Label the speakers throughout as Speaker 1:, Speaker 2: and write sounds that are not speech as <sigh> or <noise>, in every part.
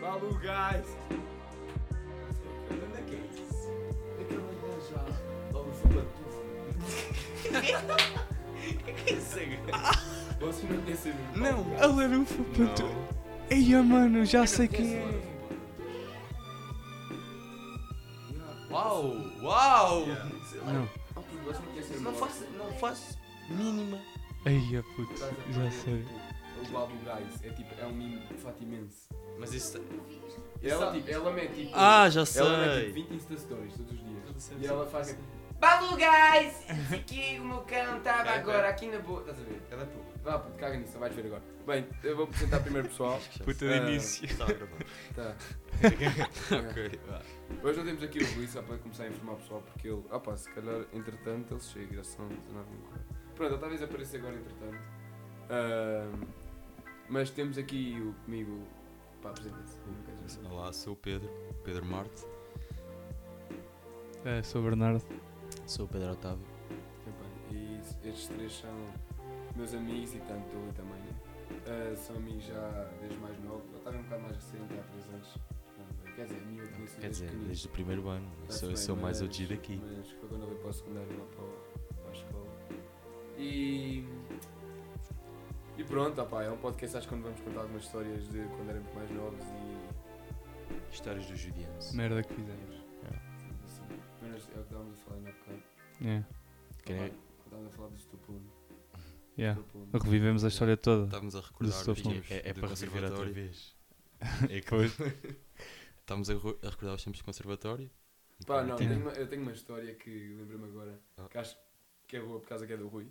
Speaker 1: Babu Gás! <laughs> Vocês não conhecem
Speaker 2: Não, a um Larufa, puto. Eia, mano, já sei quem é.
Speaker 3: Uau! Uau!
Speaker 2: Não.
Speaker 1: Vocês não conhecem
Speaker 3: Não faço, não faço mínima.
Speaker 2: Eia, puto, já sei.
Speaker 1: O Babu Gás é tipo, é um mimo fatimense.
Speaker 3: Mas isso. tá-
Speaker 1: Ela, tipo, ela mete tipo.
Speaker 3: Ah, já sei!
Speaker 4: é
Speaker 1: ela mete tipo 20 Insta Stories todos os dias. E ela faz tipo.
Speaker 5: Balu, guys! Esse aqui o meu cão estava
Speaker 3: É, é.
Speaker 5: agora aqui na boa. Estás a ver?
Speaker 3: Ela é pouco.
Speaker 1: Vá, puto, caga nisso, vais ver agora. Bem, eu vou apresentar primeiro o pessoal.
Speaker 2: Puta
Speaker 1: Ah.
Speaker 2: de início.
Speaker 3: <laughs> Está a gravar.
Speaker 1: Tá.
Speaker 3: ok, vá.
Speaker 1: <laughs> Hoje não temos aqui o Rui só para começar a informar o pessoal porque ele. Ah pá, se calhar entretanto ele chega, já são 19 h Pronto, ele talvez apareça agora entretanto. Ahm, mas temos aqui o comigo. Pá, apresenta-se.
Speaker 3: Olá, sou o Pedro, Pedro Marte.
Speaker 2: É, sou o Bernardo.
Speaker 3: Sou o Pedro Otávio.
Speaker 1: Epá, E estes três são meus amigos e tanto tu também, né? Ah, são amigos já desde mais novo. Eu estava um bocado mais recente, há 3 anos. Quer dizer, a minha eu conheci
Speaker 3: Quer
Speaker 1: desde
Speaker 3: dizer,
Speaker 1: pequenino.
Speaker 3: desde o primeiro ano. Eu
Speaker 1: Está-se
Speaker 3: sou, eu
Speaker 1: bem,
Speaker 3: sou mais
Speaker 1: mas-
Speaker 3: OG daqui.
Speaker 1: Mas foi quando eu vim para o secundário lá para, o- para a escola. E. E pronto, opá, é um podcast acho que onde vamos contar algumas histórias de quando éramos mais novos e.
Speaker 3: Histórias dos judianos.
Speaker 2: Merda que fizemos.
Speaker 1: Assim, menos é o que estávamos a falar ainda há bocado.
Speaker 2: É,
Speaker 3: Querem-
Speaker 1: Opá, Estávamos a falar do Stupuno.
Speaker 2: yeah. é. Revivemos a história toda.
Speaker 3: Estamos a recordar
Speaker 2: Do
Speaker 3: os
Speaker 2: Sofão.
Speaker 3: tempos
Speaker 4: É- é
Speaker 3: do
Speaker 4: para reviver outra
Speaker 3: conservatório.
Speaker 4: vez.
Speaker 3: É <laughs> que... Estamos a, ro- a recordar os tempos de conservatório.
Speaker 4: Então,
Speaker 1: Pá, não, eu
Speaker 2: Sim.
Speaker 1: tenho, uma, eu tenho uma história que lembro-me agora,
Speaker 3: Ah.
Speaker 1: que acho que é boa por causa que é do Rui,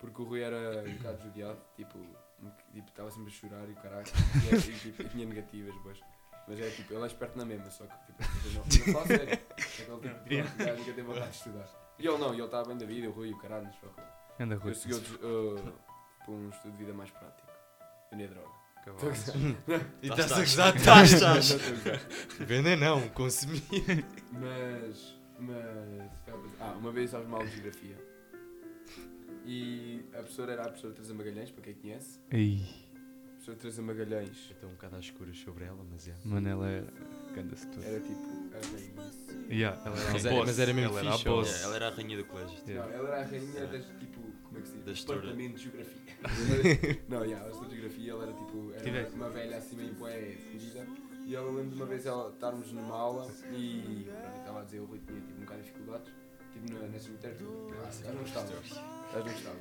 Speaker 1: porque o Rui era um bocado judiado, tipo, um- tipo, estava sempre a chorar e o caralho, e, é- e, tipo, e tinha negativas, boas. Mas é tipo, ele é esperto na mesma, só que tipo, eu não, não falo sério. Aquele tipo, pronto, o gajo nunca tem vontade de estudar. E ele não, e ele estava bem da vida, o Rui e o caralho, mas foco.
Speaker 2: Anda,
Speaker 1: Eu
Speaker 2: Rui.
Speaker 1: segui outros, uh, tipo, um estudo de vida mais prático. Eu nem é droga.
Speaker 3: E
Speaker 4: estás a
Speaker 3: gozar
Speaker 1: <laughs>
Speaker 3: tá,
Speaker 1: Não estou a gozar.
Speaker 3: Vender não, consumir. <laughs>
Speaker 1: Mas. Mas. Ah, uma vez aos mal de geografia. E a professora era a professora Teresa Magalhães, para quem conhece.
Speaker 2: Ei,
Speaker 1: A professora Teresa Magalhães
Speaker 3: Estou um bocado às escuras sobre ela, mas é.
Speaker 2: mano, ela era. Ganda-se tudo.
Speaker 1: era tipo. a rainha.
Speaker 2: Yeah, ela era
Speaker 3: Mas
Speaker 2: a
Speaker 3: era-
Speaker 2: boss.
Speaker 3: mas era mesmo
Speaker 2: ela era a
Speaker 3: fixe,
Speaker 2: boss.
Speaker 4: É, ela era a rainha do colégio.
Speaker 2: Yeah.
Speaker 1: Não, ela era a rainha das. Tipo. Como é que se diz?
Speaker 4: Da história.
Speaker 1: Departamento de geografia.
Speaker 2: <laughs>
Speaker 1: Ela- não, yeah, ela estudou geografia, ela era tipo. Era
Speaker 2: Tiveste.
Speaker 1: uma, uma velha assim meio bué fodida. E ela lembro de uma vez ela estarmos numa aula e. pronto, Estava a dizer o Rui tinha tipo um bocado de dificuldades. Tipo, na- nessa matéria, tipo, ah, já não gostava. Já não gostava.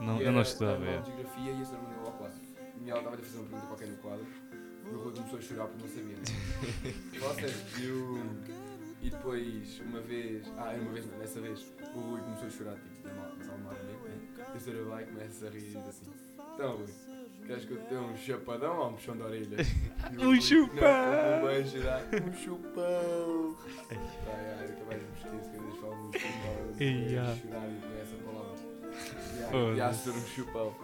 Speaker 2: Não,
Speaker 1: E
Speaker 2: eu não
Speaker 1: era-
Speaker 2: estudava,
Speaker 1: era
Speaker 2: é.
Speaker 1: uma geografia e a senhora mandou ao quadro. E ela estava a fazer uma pergunta qualquer no quadro. E o Rui começou a chorar porque não
Speaker 2: <laughs>
Speaker 1: sabia, né? Vocês, e o. E depois, uma vez. Ah, era uma vez, não, nessa vez, o Rui começou a chorar, tipo, na mala, só uma hora né? E a senhora vai e começa a rir e diz assim: Então, Rui, queres que eu te dê um chapadão ou um puxão de
Speaker 2: <laughs>
Speaker 1: orelha? E o
Speaker 2: Um
Speaker 1: Rui-
Speaker 2: chupão!
Speaker 1: Não, o Rui vai a chorar, Um
Speaker 2: <laughs>
Speaker 1: chupão! Ai, ai, eu também me esqueço que às vezes falo muito
Speaker 2: Ei,
Speaker 1: mal.
Speaker 2: ah.
Speaker 1: Chorar e com essa palavra.
Speaker 2: Foda-se.
Speaker 1: E a senhora me chupou.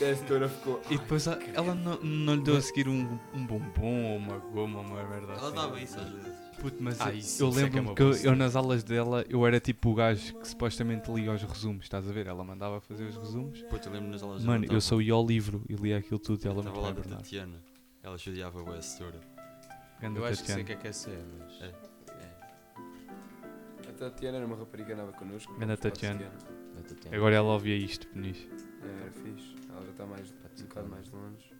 Speaker 1: E a senhora ficou.
Speaker 2: E depois a- ela não, não lhe deu a seguir um, um bombom ou uma goma, uma merda assim.
Speaker 4: Ela dava isso às vezes.
Speaker 2: Puto, mas
Speaker 3: Ah,
Speaker 2: eu-
Speaker 3: isso-
Speaker 2: eu
Speaker 3: isso é que é
Speaker 2: lembro-me
Speaker 3: uma
Speaker 2: que eu,
Speaker 3: boa
Speaker 2: eu
Speaker 3: cena.
Speaker 2: nas aulas dela eu era tipo o gajo que supostamente lia os resumos, estás a ver? Ela mandava fazer os resumos.
Speaker 4: Pô, eu lembro nas aulas
Speaker 2: Mano, eu só ia ao livro e lia aquilo tudo e ela me
Speaker 4: Estava lá
Speaker 2: vai
Speaker 4: da
Speaker 2: Bernardo.
Speaker 4: Tatiana. Ela estudiava o assessora.
Speaker 2: Ganda
Speaker 3: Eu acho que sei
Speaker 2: Tatiana.
Speaker 3: o que é que é ser, mas.
Speaker 4: É.
Speaker 1: "Ah, A Tatiana era uma rapariga que andava connosco.
Speaker 2: Ganda
Speaker 1: Pode-se
Speaker 2: Tatiana.
Speaker 1: dizer.
Speaker 3: da Tatiana.
Speaker 2: Agora ela ouvia isto, Penis.
Speaker 1: É, Era fixe. Ela já está mais, um bocado mais longe.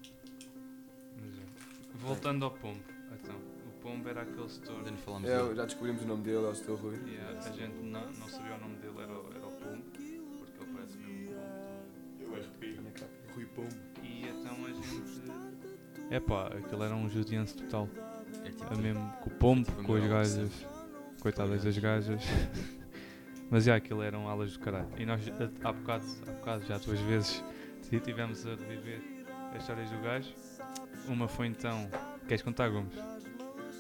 Speaker 2: é. Voltando ao pombo, então. O pombo era aquele setor.
Speaker 4: Ainda não falámos
Speaker 1: É,
Speaker 4: dele.
Speaker 1: já descobrimos o nome dele, é o Sr. Rui.
Speaker 2: E a, a gente não, não sabia o nome dele, era, o- era o pombo, porque ele parece mesmo um pombo.
Speaker 1: Rui Pombo.
Speaker 2: E então a gente. Epá, aquele era um judiense total.
Speaker 4: É tipo-
Speaker 2: A mesmo com o pombo,
Speaker 4: Foi
Speaker 2: com as
Speaker 4: melhor,
Speaker 2: gajas.
Speaker 4: sim.
Speaker 2: Coitadas das gajas. <laughs> Mas já aquilo eram alas do caralho. E nós eh, a- há bocado, há bocado já duas vezes tivemos a reviver as histórias do gajo. Uma foi então. Queres contar, Gomes?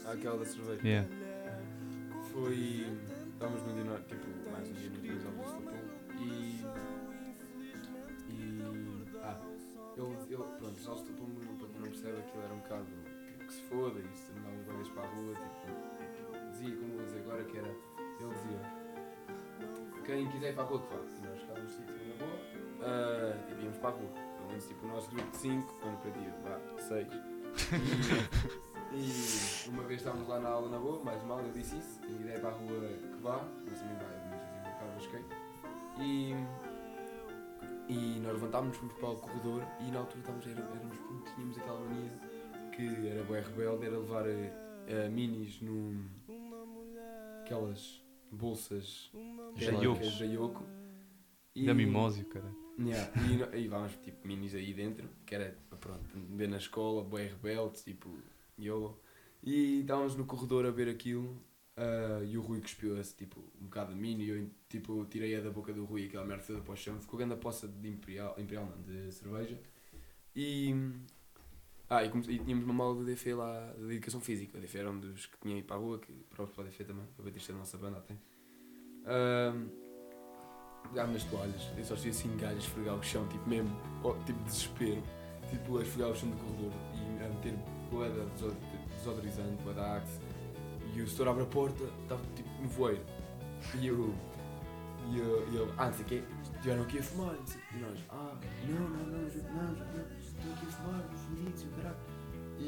Speaker 1: Aquela da cerveja.
Speaker 2: Yeah.
Speaker 1: Foi. Estávamos no Dinor, tipo, mais um dia no Dinor do Futebol. E. E. Ah, ele. ele pronto, já o Futebol para quem não percebe aquilo era um bocado. que- que se foda, e se andava uma vez para a rua, tipo. Dizia, como vou dizer agora, que era. Ele dizia. Quem quiser ir para a rua, que vá. E nós ficávamos tipo, na boa. ah, e víamos para a rua. Pelo menos, tipo, o nosso grupo de 5, quando para dia, vá, 6. E uma vez estávamos lá na aula na boa, mais mal, eu disse isso, e ideia para a rua que vá, mas também vai, mas eu tive um bocado basquei. E, e nós levantámos, fomos para o corredor e na altura estávamos, era- éramos putos, tínhamos aquela mania que era bué rebelde, era levar eh, eh, minis num. aquelas bolsas
Speaker 2: Da
Speaker 1: brancas
Speaker 2: Yokos.
Speaker 1: da Yoko. E-
Speaker 2: Da mimósio, cara.
Speaker 1: Yeah, E, no- e vamos, tipo, minis aí dentro, que era, pronto, ver na escola, boi rebelde, tipo, YOLO. E estávamos no corredor a ver aquilo ah, e o Rui cuspiu-se, tipo, um bocado de mini. E eu, tipo, tirei-a da boca do Rui aquela merda toda para o chão. Ficou grande a poça de imperial, imperial não, de cerveja. E... Ah, e, come- e tínhamos uma mala do DF lá, de Educação Física. O DF era um dos que tinha ido para a rua, que próprio para o DF também, para bater da nossa banda até. Ah, Ahm, Pegar-me nas toalhas, eu só tinha assim galhas, esfregar o chão, tipo mesmo, ó, tipo desespero, tipo a esfregar o chão do corredor e a meter boeda desod- desodorizante, boeda axe. E o setor abre a porta, estava tipo no voeiro. E eu, e eu, e eu ah, não sei o quê, estiveram aqui a fumar, não sei o quê. E nós, ah, não, não, não, ju- não, ju- não, estou aqui a fumar, os fudidos, e o caralho. E,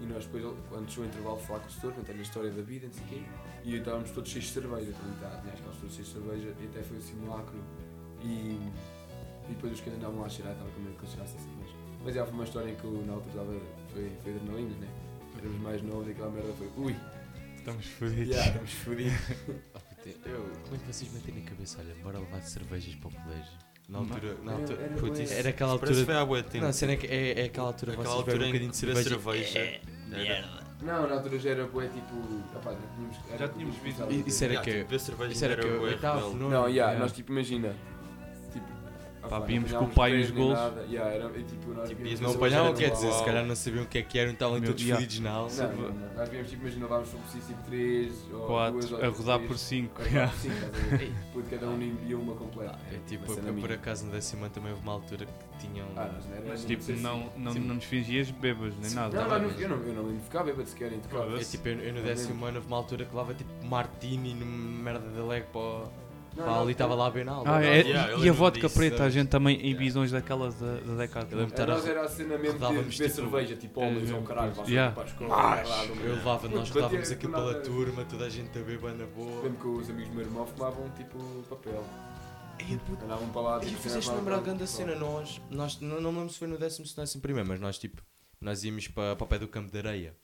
Speaker 1: e nós depois, quando chegou o intervalo, falar com o setor, contar-lhe a história da vida, não sei o quê. E estávamos todos cheios de cerveja, pronto, tá, tinha as calças todas cheias de cerveja, e até foi o simulacro. E, e depois os que ainda andavam lá a cheirar, estava com medo que eles cheirassem assim, mas, mas já foi uma história em que eu, na altura estava, foi, foi adrenalina, né? Éramos mais novos e aquela merda foi, ui,
Speaker 2: Estamos fodidos.
Speaker 1: já, estamos fodidos. Eu-
Speaker 3: Como é que Oh, vocês metem na cabeça? Olha, bora levar cervejas para o colégio.
Speaker 2: Não.
Speaker 3: Na altura. Na
Speaker 1: Era-
Speaker 3: altura
Speaker 1: era
Speaker 3: putz,
Speaker 1: bué.
Speaker 3: isso- era
Speaker 4: Parece
Speaker 3: aquela
Speaker 4: que
Speaker 3: altura.
Speaker 4: foi há boa tempo.
Speaker 3: Não, a cena é, que é, é aquela altura.
Speaker 4: Aquela
Speaker 3: vocês
Speaker 4: altura
Speaker 3: bebem
Speaker 4: em que tirar
Speaker 3: cerveja é,
Speaker 4: cerveja. Era-
Speaker 1: Não, na altura já era bué, tipo, rapaz, já tínhamos, era
Speaker 2: Já tínhamos visto.
Speaker 1: começado a
Speaker 3: e- Isso era
Speaker 4: Yeah,
Speaker 3: que.
Speaker 4: tipo, beber cerveja
Speaker 3: Isso era
Speaker 4: ainda
Speaker 3: que.
Speaker 4: bué
Speaker 3: Oitavo,
Speaker 4: rebelde.
Speaker 3: nono.
Speaker 1: Não, yeah,
Speaker 2: Yeah.
Speaker 1: nós tipo, imagina. Tipo, ah,
Speaker 2: Pá,
Speaker 1: não
Speaker 2: víamos com o
Speaker 1: apanhávamos
Speaker 2: pai
Speaker 1: pés
Speaker 2: os
Speaker 1: nem
Speaker 2: golos.
Speaker 1: nada, Yeah, era, e, tipo, nós
Speaker 4: Tipo,
Speaker 1: víamos
Speaker 4: ias
Speaker 1: com
Speaker 4: no
Speaker 1: o
Speaker 4: apanhar,
Speaker 1: pai
Speaker 3: Apanhavam,
Speaker 1: no
Speaker 3: quer é dizer,
Speaker 1: gol.
Speaker 3: se calhar não sabiam o que é que eram, estavam
Speaker 2: Meu,
Speaker 3: todos
Speaker 2: yeah.
Speaker 3: fodidos na aula.
Speaker 1: Não, não, não. Nós víamos, tipo, imagina, levávamos sobre si, tipo, 3 ou 2
Speaker 2: 4
Speaker 1: ou tipo
Speaker 2: a rodar
Speaker 1: três.
Speaker 2: por 5.
Speaker 1: A rodar por cinco, estás a ver? Porque cada um envia uma completa.
Speaker 3: É tipo,
Speaker 1: Uma cena
Speaker 3: eu, por
Speaker 1: mínima.
Speaker 3: acaso no décimo ano também houve uma altura que tinham.
Speaker 1: Ah, nós não era-
Speaker 2: Mas
Speaker 1: não
Speaker 2: tipo,
Speaker 1: sei se-
Speaker 2: não, não,
Speaker 3: Sim.
Speaker 2: não nos fingias bebas nem nada.
Speaker 1: Não,
Speaker 3: tá
Speaker 1: não,
Speaker 3: bem,
Speaker 1: eu não, eu não me ficava bêbado sequer, intocável.
Speaker 3: É tipo, eu, eu no
Speaker 1: Não
Speaker 3: décimo
Speaker 1: lembro.
Speaker 3: ano houve uma altura que levava tipo Martini numa merda de leg para o-
Speaker 1: Não,
Speaker 3: para
Speaker 1: não,
Speaker 3: ali e estava lá bem na aula.
Speaker 2: Ah, é,
Speaker 4: Yeah, eu
Speaker 2: e a
Speaker 4: lembro-me
Speaker 2: vodka
Speaker 4: disso,
Speaker 2: preta, a
Speaker 4: sabes?
Speaker 2: gente também em
Speaker 4: Yeah.
Speaker 2: visões daquelas da, da década.
Speaker 3: Eu lembro-
Speaker 1: A nós era a cena mesmo de
Speaker 3: rodávamos,
Speaker 1: beber
Speaker 3: tipo,
Speaker 1: cerveja, tipo, homens
Speaker 2: é,
Speaker 1: ou caralho, vá
Speaker 2: yeah.
Speaker 1: para a escola, vai lá,
Speaker 3: Eu levava, nós
Speaker 1: Puto, batia
Speaker 3: rodávamos
Speaker 1: é do
Speaker 3: aquilo pela
Speaker 1: nada.
Speaker 3: turma, toda a gente a beber na boa.
Speaker 1: Lembro que os amigos do meu irmão fumavam tipo papel.
Speaker 3: É,
Speaker 1: Andavam para lá
Speaker 3: E
Speaker 1: tipo,
Speaker 3: fizeste
Speaker 1: cinema,
Speaker 4: um
Speaker 3: lembrar a
Speaker 1: papel.
Speaker 3: grande cena, nós, nós não, não me lembro se foi no décimo se no décimo primeiro, mas nós tipo, nós íamos para, para o pé do campo de areia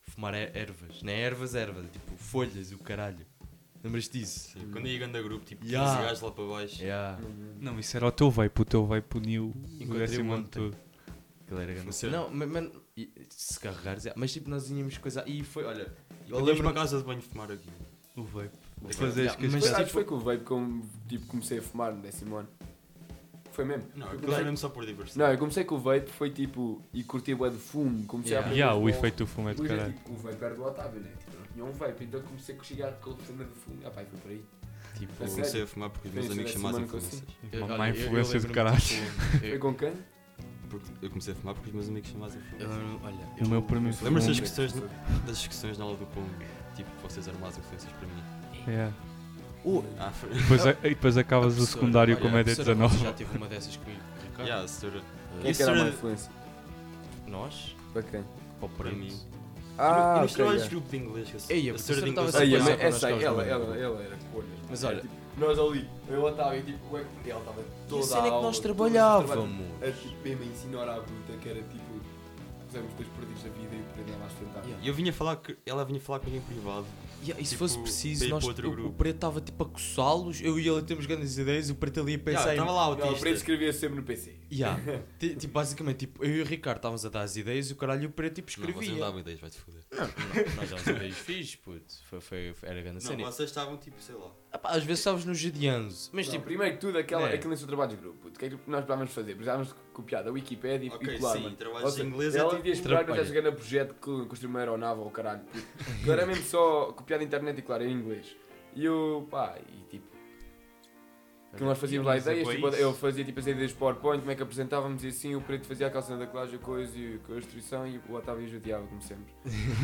Speaker 3: fumar er- ervas, não é ervas, ervas, tipo folhas e o caralho. Lembras-te disso?
Speaker 4: Sim, Quando ia grande grupo, tipo, 15
Speaker 3: Yeah.
Speaker 4: gajos lá para baixo.
Speaker 3: Yeah.
Speaker 2: Não, isso era o teu vape, o teu vape puniu o
Speaker 3: Encontrei
Speaker 2: décimo ano
Speaker 3: ontem.
Speaker 2: todo.
Speaker 3: Aquilo era grande.
Speaker 4: Funciona.
Speaker 3: Não, mas, mas- e- se carregares, é, mas tipo, nós íamos coisa. E foi, olha,
Speaker 4: E
Speaker 3: eu
Speaker 4: Eu lembro
Speaker 3: lembro
Speaker 4: para casa de banho fumar aqui.
Speaker 2: O vape.
Speaker 4: Bem,
Speaker 2: Fazeres
Speaker 3: yeah,
Speaker 2: que as
Speaker 3: mas tipo
Speaker 1: Mas
Speaker 2: pessoas-
Speaker 1: sabes, foi que o vape como tipo, comecei a fumar no décimo ano. Foi mesmo?
Speaker 4: Não,
Speaker 1: eu
Speaker 4: aquilo era
Speaker 1: comecei...
Speaker 4: mesmo só por diversão.
Speaker 1: Não, eu comecei com o vape, foi tipo, e curti o de fumo, comecei
Speaker 3: Yeah.
Speaker 1: a aprender
Speaker 2: Ah, Yeah,
Speaker 1: com-
Speaker 2: o efeito do fumo é do
Speaker 1: Depois é
Speaker 2: caralho.
Speaker 1: tipo, o vape era do Otávio, né? Tipo, não tinha um vape, então comecei a cochigar com a cena de fumo. Ah pá, e foi por aí. É
Speaker 3: tipo,
Speaker 4: Eu
Speaker 1: sério?
Speaker 4: comecei a fumar porque os meus
Speaker 1: Sim,
Speaker 4: amigos
Speaker 1: sim,
Speaker 4: são mais
Speaker 1: semana que eu
Speaker 4: influências.
Speaker 3: eu-
Speaker 2: tipo, Uma
Speaker 3: olha,
Speaker 2: má
Speaker 3: eu- eu
Speaker 2: influência do
Speaker 3: lembro-me,
Speaker 2: caralho.
Speaker 3: tipo, eu-
Speaker 1: Foi com quem?
Speaker 4: Porque Eu comecei a fumar porque os meus amigos são mais
Speaker 3: eu
Speaker 4: influências.
Speaker 3: lembro-me, olha,
Speaker 2: O meu para mim foi
Speaker 4: Lembras-te
Speaker 2: um-
Speaker 4: das questões das discussões na aula do Pombo? Tipo, vocês eram mais influências para mim.
Speaker 2: <laughs> Yeah.
Speaker 3: Oh,
Speaker 4: Ah, foi.
Speaker 2: Depois, e depois
Speaker 3: a
Speaker 2: acabas o
Speaker 3: professora,
Speaker 2: secundário
Speaker 3: olha,
Speaker 2: com
Speaker 3: a
Speaker 2: média
Speaker 3: professora
Speaker 2: 19. <laughs>
Speaker 3: Já teve uma dessas comigo, Ricardo.
Speaker 4: Yeah, a senhora-
Speaker 1: Quem é que
Speaker 4: Isso
Speaker 1: era a má
Speaker 4: era-
Speaker 1: influência?
Speaker 3: Nós,
Speaker 1: Para quem?
Speaker 3: ou para
Speaker 4: Para
Speaker 3: mim.
Speaker 4: mim.
Speaker 1: Ah,
Speaker 4: e nos
Speaker 1: ok.
Speaker 4: trabalhos
Speaker 1: yeah.
Speaker 4: de grupo de inglês. que a-
Speaker 3: Ei, a
Speaker 4: a senhora
Speaker 3: professora
Speaker 4: de
Speaker 3: estava
Speaker 4: inglês.
Speaker 3: sempre
Speaker 1: Ei,
Speaker 4: era
Speaker 1: mas
Speaker 3: passava por
Speaker 1: essa,
Speaker 3: nós,
Speaker 1: ela,
Speaker 3: nós
Speaker 1: ela,
Speaker 3: também.
Speaker 1: ela era colhas.
Speaker 3: Mas olha-
Speaker 1: Tipo, nós ali, eu Otávio, tipo, ué, ela estava toda
Speaker 3: E a cena é que
Speaker 1: aula, todos
Speaker 3: nós
Speaker 1: os trabalhos,
Speaker 3: trabalhávamos.
Speaker 1: a tipo, mesmo a ensinar à bruta que era tipo, pusemos dois perdidos da vida e aprendemos a enfrentar.
Speaker 3: Yeah.
Speaker 4: E eu vinha falar que ela vinha falar comigo em privado.
Speaker 3: Yeah, e se
Speaker 4: Tipo,
Speaker 3: fosse
Speaker 4: para
Speaker 3: preciso,
Speaker 4: ir
Speaker 3: nós,
Speaker 4: para outro
Speaker 3: o, o
Speaker 4: grupo.
Speaker 3: preto estava tipo a coçá-los, eu e ele temos grandes ideias, o preto ali a pensar
Speaker 4: Estava
Speaker 3: em.
Speaker 4: lá
Speaker 1: Não,
Speaker 4: autista.
Speaker 1: o preto escrevia sempre no PC.
Speaker 3: Ya, ti- tipo, basicamente, tipo, eu e o Ricardo estávamos a dar as ideias e o caralho e o preto tipo,
Speaker 4: Não, vocês
Speaker 3: escrevia.
Speaker 4: não davam ideias, vai-te foder.
Speaker 3: Nós dávamos ideias fixe, puto. Foi, foi, foi- era grande cena.
Speaker 4: vocês estavam tipo, sei lá.
Speaker 3: Ah pá, às vezes estavas nos judianos. Mas
Speaker 1: Não,
Speaker 3: tipo,
Speaker 1: primeiro que tudo, aquela,
Speaker 3: É.
Speaker 1: aquele nosso trabalho de grupo. puto. O que é que nós precisávamos fazer? Precisávamos copiar da Wikipédia e- e
Speaker 4: Ok,
Speaker 1: colar,
Speaker 4: sim,
Speaker 1: mano.
Speaker 4: trabalhos
Speaker 1: Ou seja,
Speaker 4: em inglês é
Speaker 1: Ela
Speaker 4: tipo-
Speaker 1: devia esperar que
Speaker 3: Trapalha.
Speaker 1: estás jogando a projeto que construir uma aeronave ou caralho. Tipo, claramente só copiar da internet e claro, em inglês. E eu, pá, e tipo. Que nós fazíamos
Speaker 3: é
Speaker 1: lá ideias, tipo, eu fazia tipo as ideias de PowerPoint, como é que apresentávamos e assim, o preto fazia a calçana da colagem, a coisa e a construção e o Otávio judiava, como
Speaker 3: <laughs>
Speaker 1: sempre.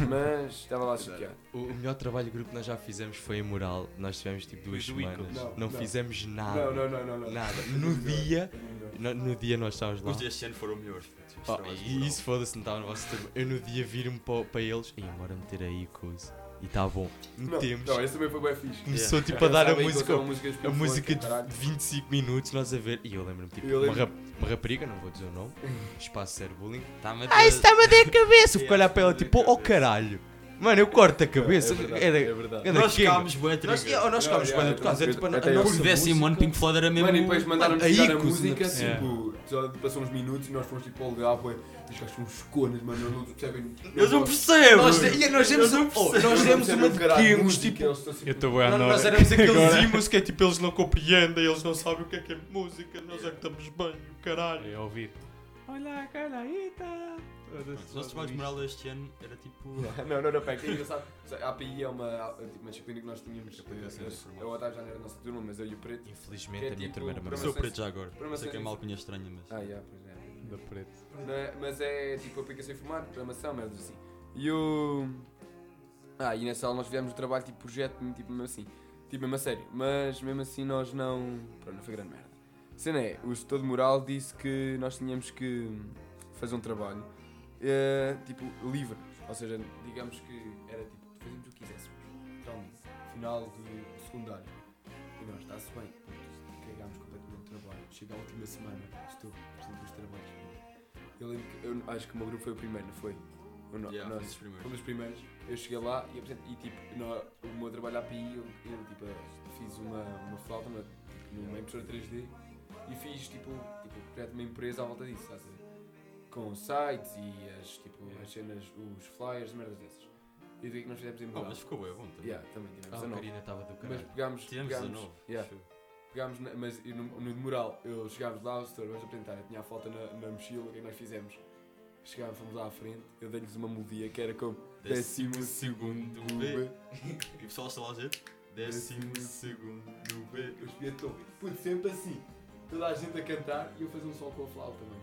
Speaker 1: Mas estava lá a chatear.
Speaker 3: o, o melhor trabalho de grupo que nós já fizemos foi a moral. Nós tivemos tipo duas
Speaker 6: Foi do Icos.
Speaker 3: semanas.
Speaker 1: Não,
Speaker 3: Não,
Speaker 1: não.
Speaker 3: fizemos nada.
Speaker 1: Não, não, não, <laughs> não, não.
Speaker 3: Nada. Ah, No dia, no, no dia nós estávamos lá.
Speaker 4: Os deste ano foram melhores. puto. Os
Speaker 3: Oh,
Speaker 1: é
Speaker 4: trabalhos de
Speaker 3: e
Speaker 4: moral.
Speaker 3: isso foda-se, não estava no vosso tempo. Eu no dia viro-me para, eles. E bora meter aí coisa. E está bom.
Speaker 1: Não,
Speaker 3: Metemos.
Speaker 1: não, esse também foi bem fixe.
Speaker 3: Começou tipo a dar a
Speaker 1: Pensava em
Speaker 3: música.
Speaker 1: colocar é uma música de
Speaker 3: A
Speaker 1: Pink
Speaker 3: música
Speaker 1: Floyd,
Speaker 3: de
Speaker 1: caralho.
Speaker 3: 25 minutos, nós a ver. E eu lembro-me, tipo,
Speaker 1: Eu
Speaker 3: uma,
Speaker 1: lembro-
Speaker 3: rap, uma rapariga, não vou dizer o
Speaker 1: <laughs>
Speaker 3: nome, espaço zero bullying.
Speaker 4: Tá-me a
Speaker 1: Ah,
Speaker 3: Ai,
Speaker 4: dar-
Speaker 3: está-me a dar a cabeça! Fico a olhar
Speaker 4: Yeah,
Speaker 3: para
Speaker 4: está-me
Speaker 3: ela,
Speaker 4: a
Speaker 3: tipo,
Speaker 4: dar a
Speaker 3: oh caralho! Mano, eu corto a cabeça.
Speaker 1: É verdade,
Speaker 3: era,
Speaker 1: é verdade.
Speaker 3: era
Speaker 4: Nós
Speaker 3: quenga.
Speaker 4: ficámos bué
Speaker 3: Nós,
Speaker 4: trigger.
Speaker 3: oh, nós ficámos
Speaker 1: Yeah,
Speaker 3: bué
Speaker 1: yeah,
Speaker 3: de casa,
Speaker 1: eu-
Speaker 3: tipo, a-
Speaker 1: até
Speaker 3: a
Speaker 1: eu- assim,
Speaker 4: Por
Speaker 3: nossa
Speaker 4: décimo ano,
Speaker 3: música-
Speaker 4: Pink Floyd era mesmo.
Speaker 1: Mano, e depois mandaram-nos
Speaker 3: Mano, aí
Speaker 1: tirar a
Speaker 3: com os
Speaker 1: música,
Speaker 3: notes.
Speaker 1: tipo,
Speaker 3: É.
Speaker 1: só passou uns minutos e nós fomos tipo ao lugar, pô, os gajos são uns conas, mano, eles não percebem.
Speaker 4: Eles não percebem!
Speaker 3: Nós, e nós demos,
Speaker 4: não
Speaker 3: um- oh, um nós
Speaker 1: Eles
Speaker 3: demos
Speaker 1: não
Speaker 3: uma
Speaker 1: percebem
Speaker 3: de
Speaker 1: caralho de
Speaker 3: quengos,
Speaker 1: música,
Speaker 3: tipo.
Speaker 1: eles estão assim, sempre-
Speaker 2: Eu estou bem à
Speaker 3: Nós, nós
Speaker 2: nora.
Speaker 3: éramos aqueles
Speaker 2: Agora-
Speaker 3: imos que é tipo, eles não compreendem, eles não sabem o que é que é música, nós é que estamos bem, o caralho.
Speaker 2: É ouvir. Olha a canaíta.
Speaker 4: Os nossos trabalhos de moral este ano era tipo.
Speaker 1: Não, não, não, pera, que é engraçado. A API é uma, tipo, uma disciplina que nós tínhamos.
Speaker 3: é
Speaker 4: Aplicação de informática.
Speaker 1: Eu, Otávio, já não era a nossa turma, mas eu e o Preto.
Speaker 3: Infelizmente,
Speaker 1: Que é
Speaker 3: a minha
Speaker 1: tipo,
Speaker 3: turma era
Speaker 1: para
Speaker 4: Eu
Speaker 3: maior.
Speaker 4: sou preto já agora.
Speaker 1: Para uma
Speaker 4: Não sei que é
Speaker 1: série-
Speaker 4: mal cunha estranha, mas.
Speaker 1: Ah, yeah, pois é.
Speaker 2: Da preto.
Speaker 1: Não é- mas é tipo aplicação informática, programação, merda assim. E o. Ah, e nessa aula nós fizemos um trabalho tipo projeto, tipo mesmo assim. Tipo mesmo a sério. Mas mesmo assim nós não. Pronto, não foi grande merda. A cena é, o gestor de moral disse que nós tínhamos que fazer um trabalho eh, tipo livre. Ou seja, digamos que era tipo, fazíamos o que quiséssemos. Literalmente. Final de secundário. E nós, está-se bem. Cagámos completamente o trabalho. Chega a última semana, estou, precisando dos trabalhos. Eu lembro que eu acho que o meu grupo foi o primeiro, não foi? Ou não?
Speaker 4: Yeah,
Speaker 1: nós,
Speaker 4: fomos os primeiros.
Speaker 1: um dos primeiros. Eu cheguei lá e, apresentei- e tipo, no, o meu trabalho API, eu, eu tipo, eh, fiz uma, uma flauta numa, tipo, numa impressora 3D e fiz tipo, tipo projeto de uma empresa à volta disso, estás a ver? Com sites e as, tipo, as cenas, os flyers, merdas dessas. E do que é que nós fizemos em
Speaker 4: Oh,
Speaker 1: Portugal?
Speaker 4: mas ficou bem, bom também.
Speaker 1: Yeah, também tivemos
Speaker 3: Ah,
Speaker 1: a
Speaker 3: a
Speaker 1: nova.
Speaker 3: Karina estava do
Speaker 1: Mas
Speaker 3: caralho.
Speaker 1: pegámos.
Speaker 4: Tivemos
Speaker 1: pegámos-
Speaker 4: 19.
Speaker 1: yeah. Pegámos, na- mas e no, no de moral, eu chegámos lá, o setor, vamos apresentar, eu tinha a falta na, na mochila, o que é que nós fizemos? Chegámos, fomos lá à frente, eu dei-lhes uma melodia que era como décimo segundo B.
Speaker 4: E o pessoal está lá a dizer? Décimo segundo B.
Speaker 1: Eu espia todo, puto, sempre assim, toda a gente a cantar e eu fazia um sol com a flauta também.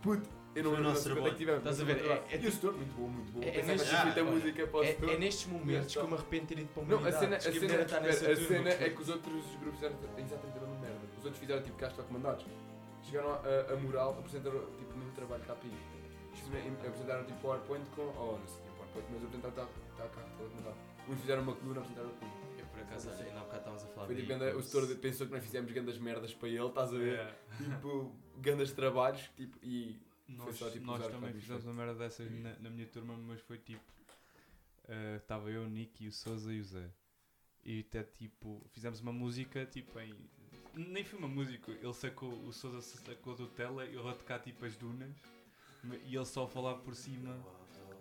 Speaker 1: Puto, eu não
Speaker 4: Foi o
Speaker 1: lembro
Speaker 4: nosso
Speaker 1: quanto é que
Speaker 4: trabalho.
Speaker 1: tivemos.
Speaker 3: Estás a
Speaker 1: mas
Speaker 3: ver,
Speaker 1: foi o nosso
Speaker 3: é- é
Speaker 1: trabalho. E o setor, muito bom, muito bom.
Speaker 3: é- é
Speaker 1: Pensava que
Speaker 4: neste-
Speaker 1: tinha feito a
Speaker 4: Ah,
Speaker 1: música para o
Speaker 3: É,
Speaker 1: setor.
Speaker 3: é nestes momentos que eu me arrependo de ter ido para uma
Speaker 1: Não, a cena, a cena,
Speaker 3: tá
Speaker 1: espera, a cena é que os outros grupos fizeram exatamente a mesma merda. Os outros fizeram tipo castos comandados. Chegaram a, a moral, apresentaram tipo o mesmo trabalho que a API. Chegaram- Apresentaram tipo PowerPoint com. Oh, não sei se tem PowerPoint, mas apresentaram tá, tá, cá, telecomandado. Uns fizeram uma coluna, apresentaram a coluna.
Speaker 3: Eu por acaso, olha, ainda há bocado estávamos a falar
Speaker 1: Foi tipo,
Speaker 3: de
Speaker 1: ganda- o
Speaker 3: Icos.
Speaker 1: setor pensou que nós fizemos grandes merdas para ele, estás a ver?
Speaker 3: é.
Speaker 4: É.
Speaker 1: Tipo, grandes trabalhos, tipo, e.
Speaker 2: Nós,
Speaker 1: só, tipo,
Speaker 2: nós
Speaker 1: usar
Speaker 2: também
Speaker 1: códigos,
Speaker 2: fizemos uma merda dessas na, na minha turma, mas foi tipo. Estava eu, o Nick, e o Souza e o Zé. E até tipo. Fizemos uma música tipo em. Nem foi uma música, ele sacou, o Souza se sacou do tela, eu a tocar tipo as dunas ma- e ele só a falar por cima,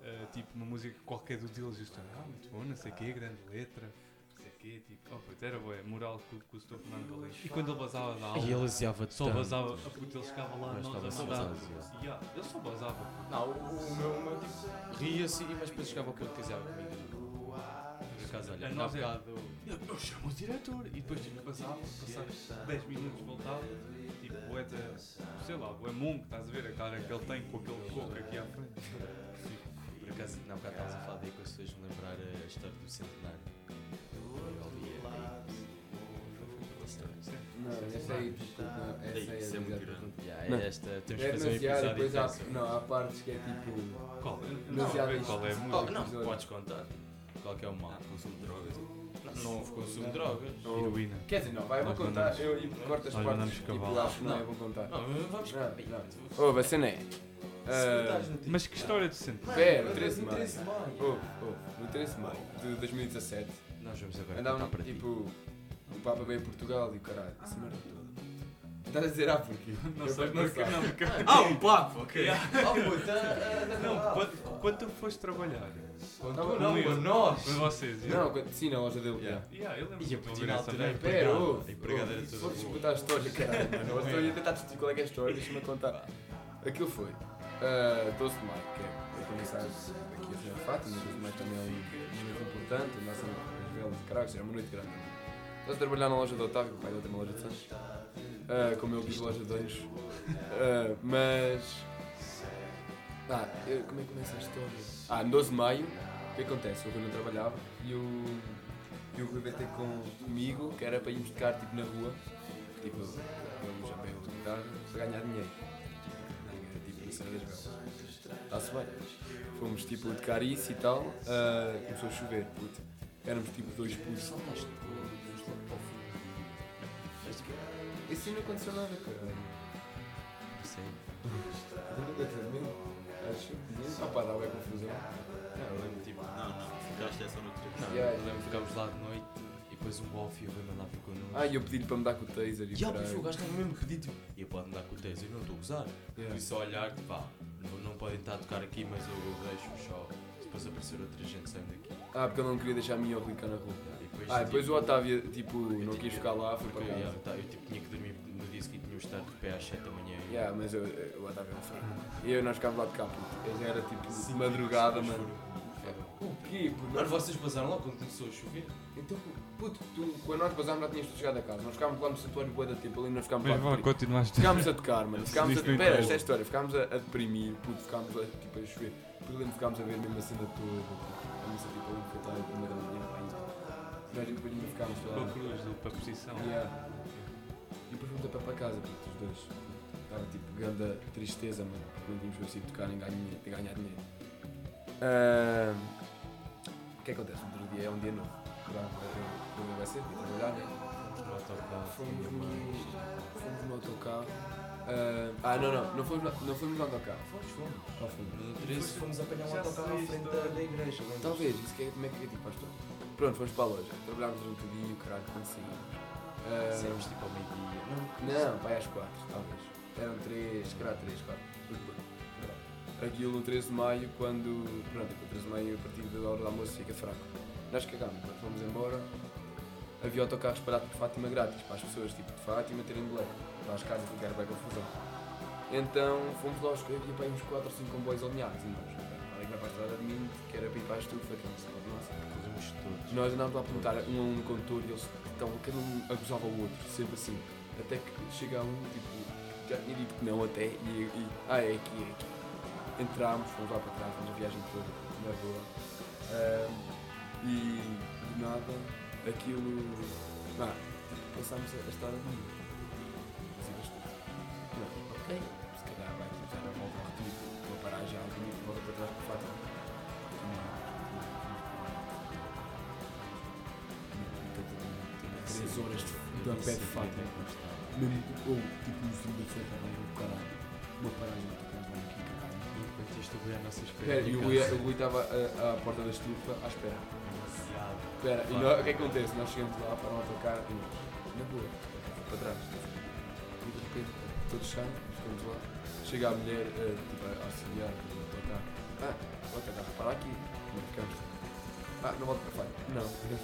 Speaker 2: eh, tipo uma música que qualquer do deles, justo, ah, muito bom, não sei o quê, grande letra, não sei o quê, tipo, oh, puto, era boa, moral que, o- que o Souza Fernando Galeno. E quando ele vazava da aula,
Speaker 3: E ele aziava
Speaker 2: só vazava, a puta, ele chegava lá,
Speaker 3: Mas
Speaker 2: nós
Speaker 3: estava
Speaker 2: a
Speaker 3: só
Speaker 2: mandar.
Speaker 3: vazado.
Speaker 2: Yeah, ele só vazava.
Speaker 3: Não, o, o meu, o meu tipo, ria-se, e- mas depois chegava ao ponto que aziava comigo. Por acaso, olha,
Speaker 2: A
Speaker 3: ainda há
Speaker 2: nós é-
Speaker 3: bocado.
Speaker 2: Eu, eu chamo o diretor. E depois tipo, passava, passava 10 minutos, voltava. Tipo, o Eta, sei lá, o Emun, que estás a ver a cara que ele tem com aquele coco aqui à frente. Tipo,
Speaker 3: Por acaso, ainda há bocado estávamos a falar de Icos, fez-me lembrar a história do centenário.
Speaker 1: Não, essa é aí, desculpa,
Speaker 4: Ei,
Speaker 1: essa aí
Speaker 4: isso é muito
Speaker 1: demasiado.
Speaker 4: grande.
Speaker 3: Yeah,
Speaker 1: Não.
Speaker 3: é esta, temos que
Speaker 1: É
Speaker 3: fazer um
Speaker 1: demasiado,
Speaker 3: episódio
Speaker 1: depois há,
Speaker 3: intenso.
Speaker 1: não, há partes que é tipo.
Speaker 2: Qual? Eu
Speaker 1: Não,
Speaker 2: Não, sei
Speaker 1: já
Speaker 2: qual é a
Speaker 1: disse.
Speaker 2: música.
Speaker 3: Oh,
Speaker 1: Muito
Speaker 3: não,
Speaker 1: episódio.
Speaker 3: podes contar. Qual que é o mal?
Speaker 4: Ah, consumo de drogas.
Speaker 3: Não houve consumo de drogas.
Speaker 2: Heroína.
Speaker 1: Quer dizer, não, vai, eu vou
Speaker 2: Nós
Speaker 1: contar.
Speaker 2: mandamos-
Speaker 1: Eu e corto as
Speaker 2: nós
Speaker 1: partes.
Speaker 2: mandamos
Speaker 1: Tipo,
Speaker 2: cavalo.
Speaker 1: lá, acho que não,
Speaker 3: Não.
Speaker 1: eu vou contar.
Speaker 3: Não, vamos
Speaker 1: Não,
Speaker 3: Bem,
Speaker 1: não.
Speaker 3: tu-
Speaker 1: Ô, a cena é. ah,
Speaker 3: estás no tipo-
Speaker 2: Mas que história decente.
Speaker 1: Pera, 13 de
Speaker 3: Mas
Speaker 1: maio.
Speaker 3: em 13 de maio.
Speaker 1: Ouve, ouve, no 13 de maio de 2017
Speaker 3: Nós vamos agora contar
Speaker 1: andavam
Speaker 3: para ti.
Speaker 1: tipo. O Papa veio a Portugal e o caralho, essa merda toda. Estás a dizer ah porquê?
Speaker 2: Não
Speaker 1: É
Speaker 2: sei,
Speaker 1: para
Speaker 2: mas
Speaker 1: começar.
Speaker 2: não, porque-
Speaker 4: Ah, <laughs> um papo, ok.
Speaker 1: Oh puta, ah, ah,
Speaker 2: Não,
Speaker 1: ah,
Speaker 2: quando, quando tu foste trabalhar
Speaker 1: Não,
Speaker 2: não,
Speaker 3: com
Speaker 2: eu-
Speaker 3: nós.
Speaker 2: com vocês,
Speaker 1: não, quando- sim, na loja dele.
Speaker 3: Yeah.
Speaker 1: já.
Speaker 2: Yeah, eu lembro
Speaker 3: E eu
Speaker 2: de
Speaker 3: pedi
Speaker 2: ouvir
Speaker 3: na
Speaker 2: essa
Speaker 3: altura,
Speaker 2: merda.
Speaker 3: Pera,
Speaker 1: Pera,
Speaker 3: ouve,
Speaker 1: ouve,
Speaker 3: a empregada era
Speaker 1: ouve,
Speaker 3: toda
Speaker 1: Vou
Speaker 3: boa.
Speaker 1: escutar a história,
Speaker 3: <laughs>
Speaker 1: caralho. mano. Eu estou a tentar discutir qual é que é a história, deixa-me contar. Aquilo foi ah, 12 de maio, que é para começar aqui a Senhora Fátima, 12 de maio também é um momento importante, a nossa novela de caracos, era é uma noite grande. Estás a trabalhar na loja do Otávio, que o pai dele tem uma loja de Santos, ah, como eu digo, loja de anjos. Ah, mas. Ah, eu- como é que começa a história? Ah, no 12 de maio, o que acontece? O Rui não trabalhava e o. E o Rui veio ter com, comigo, que era para irmos tocar tipo na rua, tipo, eu já pego de guitarra, para ganhar dinheiro. Era, Tipo, na cena das belas. Está-se bem. Fomos tipo tocar isso e tal, ah, começou a chover, puto. Éramos tipo dois putos.
Speaker 3: é?
Speaker 1: Isso não aconteceu nada, caralho.
Speaker 4: Sei.
Speaker 1: Acho que não. pá, dá bem confusão.
Speaker 3: Não, eu lembro, tipo, não, não, ficaste
Speaker 4: é
Speaker 3: essa no trip. Não,
Speaker 1: Yeah.
Speaker 3: eu lembro que ficámos lá de noite e depois um off e eu veio mandar para connosco.
Speaker 1: Ah, e eu pedi-lhe para me dar com o taser e o
Speaker 3: Já,
Speaker 1: caralho.
Speaker 3: pois foi, o gajo estava mesmo pedido. E eu pode me dar com o taser, eu não estou a usar.
Speaker 1: Yeah.
Speaker 3: Fui só olhar, tipo, pá, não, não podem estar a tocar aqui, mas eu, eu deixo só. Depois aparecer outra gente saindo daqui.
Speaker 1: Ah, porque eu não queria deixar a minha ou o Rui cá na rua.
Speaker 3: E
Speaker 1: Ah, e depois o
Speaker 3: tipo,
Speaker 1: Otávio, tipo, não
Speaker 3: tinha-
Speaker 1: quis ficar lá, foi para
Speaker 3: Porque eu,
Speaker 1: casa.
Speaker 3: yeah, tá, eu tipo, tinha que dormir no dia seguinte, tinha que estar de pé às 7 da manhã. e-
Speaker 1: Yeah, mas eu, eu, o Otávio não foi. E eu nós ficávamos lá de cá, puto. Eu já era tipo de madrugada,
Speaker 3: Mas
Speaker 1: mano.
Speaker 3: foram-
Speaker 1: O quê? puto?
Speaker 3: É. Mano, vocês passaram lá quando começou a chover?
Speaker 1: Então, puto, tu, quando nós passámos, já tinhas chegado a casa. Nós ficámos lá no santuário boa da tempo, ali nós ficámos lá.
Speaker 2: Mas vá,
Speaker 1: de-
Speaker 2: continuaste.
Speaker 1: Ficámos a tocar, mano.
Speaker 2: Isso
Speaker 1: Ficámos a.
Speaker 2: diz-me
Speaker 1: Pera,
Speaker 2: então.
Speaker 1: esta é a história. Ficámos a, a deprimir, puto, ficámos a, tipo, a chover. Porque lembro ficámos a ver mesmo a cena toda, puto. A missa tipo, a um cantar, a primeira da manhã, pá, isto. Nós depois ainda ficámos
Speaker 2: Com a
Speaker 1: lá.
Speaker 2: cruz do para a posição.
Speaker 1: Yeah. E depois fomos a pé para casa, puto, os dois. Estava tipo grande tristeza, mano. Porque não tínhamos conseguido tocar nem ganhar, dinhe- nem ganhar dinheiro. Ah, O que é que acontece? Outro dia é um dia novo. Claro, eu- eu- eu vai ser, vou trabalhar, né?
Speaker 3: Fomos no autocarro,
Speaker 1: Fomos
Speaker 3: tá tinha mais.
Speaker 1: no, fomos no autocarro. Ah, ah, não, não, não fomos, no- não fomos no autocarro.
Speaker 3: Fomos, fomos.
Speaker 1: Qual foi?
Speaker 3: No dia 13 fomos apanhar um
Speaker 2: Já
Speaker 3: autocarro
Speaker 2: sei
Speaker 3: à
Speaker 2: a
Speaker 3: frente da,
Speaker 2: história.
Speaker 3: da igreja. lembras?
Speaker 1: Talvez, isso que é, como é que é tipo para a história. Pronto, fomos para a loja. Trabalhámos durante o dia e o caralho, quando saímos. Ah,
Speaker 3: Saímos tipo ao meio-dia. Não,
Speaker 1: não, vai às quatro, talvez. Eram três, será três, quatro. Mas pronto, pronto. Aquilo no 13 de maio, quando. Pronto, o 13 de maio, a partir da hora do almoço, fica fraco. Nós cagámos, quando fomos embora, havia autocarros parados por Fátima grátis, para as pessoas tipo de Fátima terem boleto, para as casas ficar bem confusão. Então fomos lá, escolher e para uns 4 ou 5 comboios alinhados e nós. Ali que vai para a estrada de mim, que era para ir para a estufa, que é uma cidade nossa.
Speaker 3: fazemos todos.
Speaker 1: Nós andámos lá a perguntar um a um no condutor e eles então, cada um acusava o outro, sempre assim. Até que chega um, tipo, já tinha dito que não até, e, e ah, é aqui, é aqui. Entramos, fomos lá para trás, fomos a viagem toda, na boa. Ahm, e do nada, aquilo. Ah, passámos a, a estar a dormir. Assim, bastante. Não, ok, se calhar vai tipo, dar a volta ao retiro, uma paragem, algo bonito, volta para trás para o Fátima. Não, três horas de,
Speaker 3: Então,
Speaker 1: de a pé de fato. Mesmo, ou tipo no fim da feira, vai do caralho. Uma paragem tipo, um de caralho, vai aqui, caralho.
Speaker 3: Enquanto isto eu ia à nossa espera.
Speaker 1: Espera,
Speaker 3: em
Speaker 1: É, e o Rui-
Speaker 3: casa.
Speaker 1: o Rui estava eh, à à porta da estufa à espera.
Speaker 3: Demasiado.
Speaker 1: Espera, e nós- o que é que acontece? Nós chegamos lá para o autocarro e nós, na boa, para trás. E de repente, todos saem, ficamos lá. Chega a mulher, eh, tipo, a auxiliar do autocarro. Ah, o autocarro, para aqui. Não ficamos. Ah, não volta para Fátima. Não, fica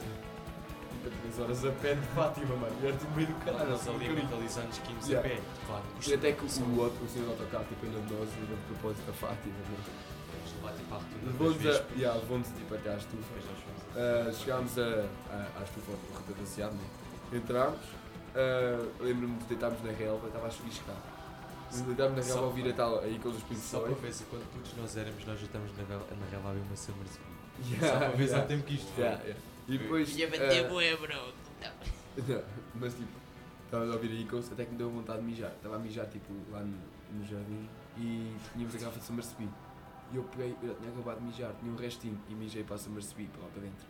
Speaker 1: três horas a pé de Fátima, mano. E era tipo meio do caralho.
Speaker 3: Nós
Speaker 1: assim,
Speaker 3: ali
Speaker 1: um bocadinho.
Speaker 3: mentalizando quinos a
Speaker 1: Yeah.
Speaker 3: pé. Claro,
Speaker 1: E até que o outro, o senhor do autocarro, tipo, ainda nós, levou de propósito a Fátima. né?
Speaker 3: Levar tipo à rotunda duas
Speaker 1: Levou-nos
Speaker 3: vezes.
Speaker 1: a- yeah, levou-nos, tipo, até à estufa.
Speaker 3: Depois nós fomos a-
Speaker 1: Uh, chegámos a, a, à estufa do retangenciado, né? entramos, uh, lembro-me de deitarmos na relva, estava a chuviscar. Deitámos na
Speaker 3: Só
Speaker 1: relva a ouvir a
Speaker 3: para-
Speaker 1: tal, aí com os espíritos
Speaker 3: Só para
Speaker 1: <laughs> sóis.
Speaker 3: ver se quando putos nós éramos, nós já estamos na rela- na relva a ver uma Summer School. Só
Speaker 1: Yeah,
Speaker 3: para ver se há
Speaker 1: yeah,
Speaker 3: tempo que isto foi.
Speaker 1: yeah, yeah. E depois.
Speaker 5: Já
Speaker 1: uh,
Speaker 5: bateu bué, bro.
Speaker 1: Não, mas tipo, estava a ouvir a Eagles até que me deu vontade de mijar. Estava a mijar tipo lá no, no jardim e tínhamos a garrafa de Summersby. E eu peguei, eu já tinha acabado de mijar, tinha um restinho e mijei para a Summersby, para lá para dentro.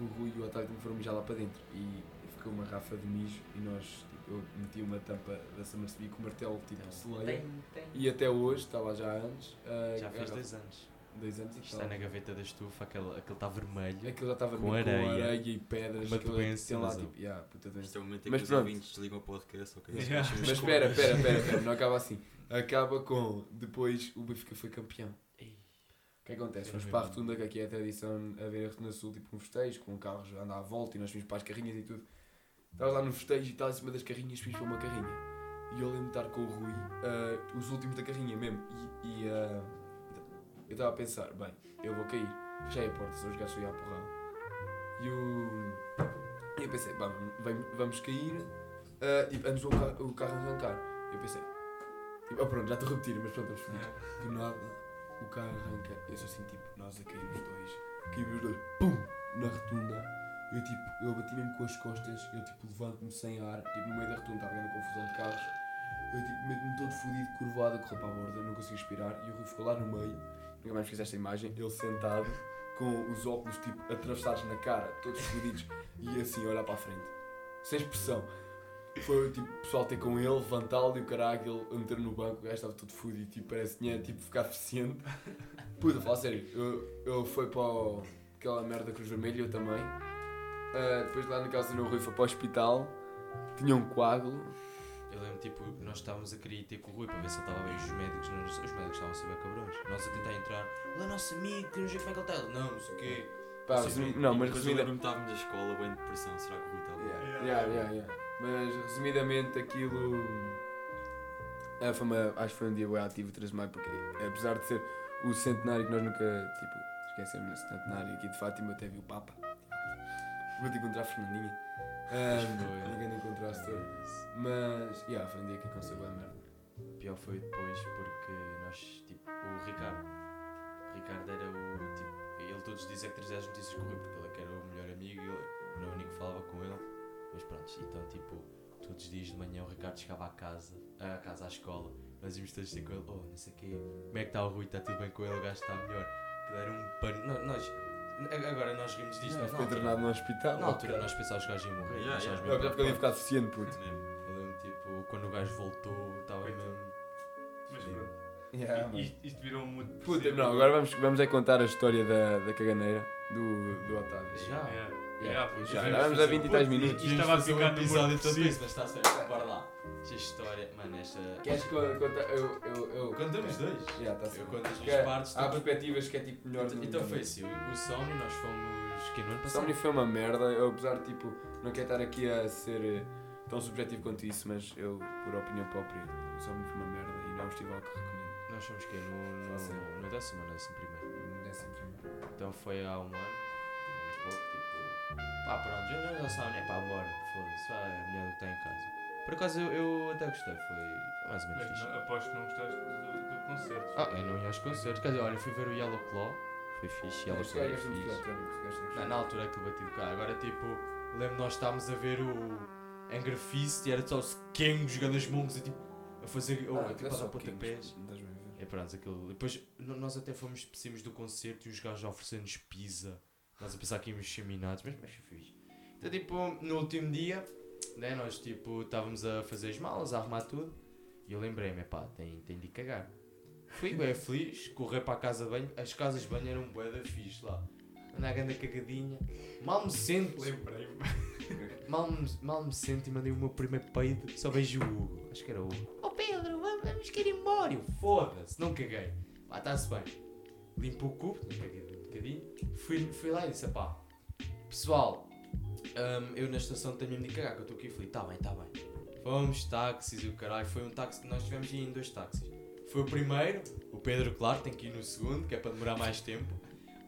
Speaker 1: O Rui e o Otávio também foram mijar lá para dentro e ficou uma rafa de mijo e nós, tipo, eu meti uma tampa da Summersby com um martelo tipo
Speaker 3: Não.
Speaker 1: celeiro.
Speaker 5: Tem, tem.
Speaker 1: E até hoje, estava já antes. ah,
Speaker 3: Já
Speaker 1: a
Speaker 3: fez
Speaker 1: garrafa-
Speaker 3: dois anos.
Speaker 1: dois anos e
Speaker 3: Está
Speaker 1: tal.
Speaker 3: na gaveta da estufa, aquele, aquele está vermelho.
Speaker 1: Aquilo já estava
Speaker 3: Com
Speaker 1: com areia,
Speaker 3: areia.
Speaker 1: e pedras.
Speaker 3: Uma
Speaker 1: aquilo
Speaker 3: doença,
Speaker 1: tem lá,
Speaker 3: mas-
Speaker 1: tipo, yeah, puta doença.
Speaker 4: Este é o momento em
Speaker 1: Mas
Speaker 4: que os
Speaker 1: pronto.
Speaker 4: ouvintes desligam o podcast, ok?
Speaker 2: Yeah.
Speaker 4: Achamos
Speaker 1: Mas
Speaker 4: que-
Speaker 1: espera, espera, espera, espera, não acaba assim. Acaba com depois o Benfica foi campeão. O que acontece? Vamos para a rotunda, que aqui é a tradição haver a rotunda sul, tipo um festejo, com carros a andar à volta e nós fomos para as carrinhas e tudo. Estavas lá no festejo e estás em cima das carrinhas, fiz para uma carrinha. E eu lembro de estar com o Rui, ah, os últimos da carrinha mesmo. E, e, ah, eu estava a pensar, bem, eu vou cair. Fechei a porta, são os gajos que eu ia à porrada. E o. E eu pensei, "Vá, vem- vamos cair. ah, e antes o carro, o carro arrancar. Eu pensei, tipo, ah, pronto, já estou a repetir, mas pronto, vamos fugir. Do nada, o carro arranca. Eu sou assim, tipo, nós a caímos dois. Caímos os dois, pum, na retunda. Eu, tipo, eu bati mesmo com as costas. Eu, tipo, levanto-me sem ar. Tipo, no meio da retunda, estava vendo a confusão de carros. Eu, tipo, meto-me todo fodido, curvado, a correr para a borda. Não consigo respirar. E o Rui ficou lá no meio. Nunca mais fiz esta imagem. Ele sentado, com os óculos, tipo, atravessados na cara, todos fodidos. E assim, a olhar para a frente. Sem expressão. Foi tipo, o pessoal ter com ele, levantá-lo e o caralho, ele a meter no banco, o gajo estava todo fudido, tipo, parece que tinha tipo, ficar deficiente. Puta, fala sério, eu, eu fui para o- aquela merda Cruz Vermelha, eu também. Ah, depois lá na casa do meu Rui foi para o hospital, tinha um coágulo.
Speaker 3: Eu lembro, tipo, nós estávamos a querer ir ter com o Rui para ver se ele estava bem. Os médicos, não, os médicos estavam a ser bem cabrões. Nós a tentar entrar. Lá, nosso amigo, que não sei como é que ele está. Ele, Não, não sei o quê.
Speaker 1: Pá,
Speaker 4: Sim,
Speaker 1: resumi-
Speaker 4: sim.
Speaker 1: não,
Speaker 4: E
Speaker 1: mas é-
Speaker 4: depois
Speaker 1: resumida,
Speaker 4: Eu lembro-me estávamos da escola, bem de depressão, será que o Rui tá estava?
Speaker 5: <laughs>
Speaker 1: Yeah, yeah, yeah, yeah. Mas resumidamente aquilo. ah, foi uma- acho que foi um dia bem ativo 3 de maio, porque apesar de ser o centenário que nós nunca tipo, esquecemos, o centenário aqui de Fátima, eu até vi o Papa. Vou te encontrar a Fernandinha. Um, ninguém encontraste todo. Mas, yeah, foi um dia que aconteceu bem merda.
Speaker 3: Pior foi depois porque nós, tipo, o Ricardo. O Ricardo era o tipo. Ele todos os dias é que trazia as notícias com o Rui, porque ele é que era o melhor amigo, ele era o único que falava com ele. Mas pronto, então tipo, todos os dias de manhã o Ricardo chegava à casa, à casa à escola, nós íamos todos ter com ele, oh, não sei o quê, como é que está o Rui, está tudo bem com ele, o gajo está melhor. Aquilo Era um pano. no- Nós, agora nós rimos disto, mas na
Speaker 1: foi
Speaker 3: altura,
Speaker 1: internado no hospital.
Speaker 3: na altura nós pensávamos que o gajo ia morrer,
Speaker 4: Yeah,
Speaker 3: achávamos
Speaker 4: yeah.
Speaker 1: Eu
Speaker 3: mesmo
Speaker 1: já
Speaker 3: que
Speaker 1: porque ele
Speaker 3: ele
Speaker 1: ia ficar deficiente, puto.
Speaker 4: Mesmo.
Speaker 3: eu lembro, tipo, quando o gajo voltou, estava mesmo.
Speaker 2: Mas
Speaker 3: Sim.
Speaker 2: pronto,
Speaker 1: Yeah, mano.
Speaker 2: isto, isto virou muito.
Speaker 1: Puta, não, agora vamos, vamos é contar a história da, da caganeira do, do Otávio.
Speaker 3: Já?
Speaker 4: É,
Speaker 2: Yeah.
Speaker 1: Yeah.
Speaker 2: Yeah, pois,
Speaker 1: É. Já,
Speaker 2: vamos
Speaker 1: vamos a
Speaker 2: É, fazer
Speaker 1: 20 e tais
Speaker 2: um-
Speaker 1: minutos.
Speaker 2: Isto estava a ficar no
Speaker 3: episódio
Speaker 2: episódio
Speaker 3: todo isso, mas está certo. Bora lá. Esta história, mano, esta.
Speaker 1: Queres que eu contar? Eu, eu, eu...
Speaker 3: Contamos dois.
Speaker 1: Já, tá
Speaker 3: Eu
Speaker 1: certo.
Speaker 3: conto as
Speaker 1: Que
Speaker 3: duas partes.
Speaker 1: Há
Speaker 3: tu-
Speaker 1: perspectivas que é tipo melhor.
Speaker 3: Então,
Speaker 1: não-
Speaker 3: então
Speaker 1: não-
Speaker 3: foi assim, o, o Somni, nós fomos. Que no ano
Speaker 1: O
Speaker 3: passado?
Speaker 1: Somni foi uma merda, eu, apesar de tipo, não quero estar aqui a ser eh, tão subjetivo quanto isso, mas eu, por opinião própria, o Somni foi uma merda e não é um festival que recomendo.
Speaker 3: Nós fomos que no, no, no décimo ou no décimo primeiro?
Speaker 1: É sempre uma-
Speaker 3: Então foi há um ano, um ano e pouco, tipo. Pá, pronto, já não sabe, é pá, bora, foda-se, vai, é melhor do que está em casa. Por acaso eu, eu até gostei, foi mais ou menos
Speaker 2: Mas
Speaker 3: fixe.
Speaker 2: não- aposto que não gostaste do, do concerto.
Speaker 3: Ah, eu não ia aos concertos, quer dizer, olha, fui ver o Yellow Claw, foi fixe, Yellow
Speaker 1: Mas um
Speaker 3: Claw
Speaker 1: se
Speaker 3: é
Speaker 1: calhar gasta-me
Speaker 3: fixe.
Speaker 1: ficar atrás, se calhar
Speaker 3: Não,
Speaker 1: gasta-me
Speaker 3: na altura que bati o carro. Agora, tipo, lembro nós estávamos a ver o Angry Fist e era só os Kengo jogando as mãos e tipo, a fazer. ou
Speaker 1: ficar.
Speaker 3: a, tipo,
Speaker 1: Ah,
Speaker 3: a dar
Speaker 1: só
Speaker 3: pontapés.
Speaker 1: pequenos, não estás bem a ver.
Speaker 3: É pronto, aquilo. Depois no- nós até fomos, saímos do concerto e os gajos a oferecer-nos pizza. Nós a pensar que íamos chaminados, mas, mas foi fixe. Então, tipo, no último dia, né, nós, tipo, estávamos a fazer as malas, a arrumar tudo. E eu lembrei-me, pá, tem, tem de ir cagar. Fui bem feliz, corri para a casa de banho. As casas de banho eram bué da fixe lá. Na grande cagadinha. Mal me sento,
Speaker 2: Lembrei-me.
Speaker 3: mal me, mal me sento e mandei o meu primeiro peido. Só vejo o Hugo. Acho que era o Hugo. Oh Pedro, vamos, vamos que ir embora. Eu, Foda-se, não caguei. Pá, está-se bem. Limpo o cubo, tinha caguei um bocadinho. Fui, fui lá e disse, pá, pessoal, hum, eu na estação tenho mesmo de cagar, que eu estou aqui. Falei, tá bem, tá bem. Fomos, táxis e o caralho. Foi um táxi, nós tivemos aí em dois táxis. Foi o primeiro, o Pedro, claro, tem que ir no segundo, que é para demorar mais tempo.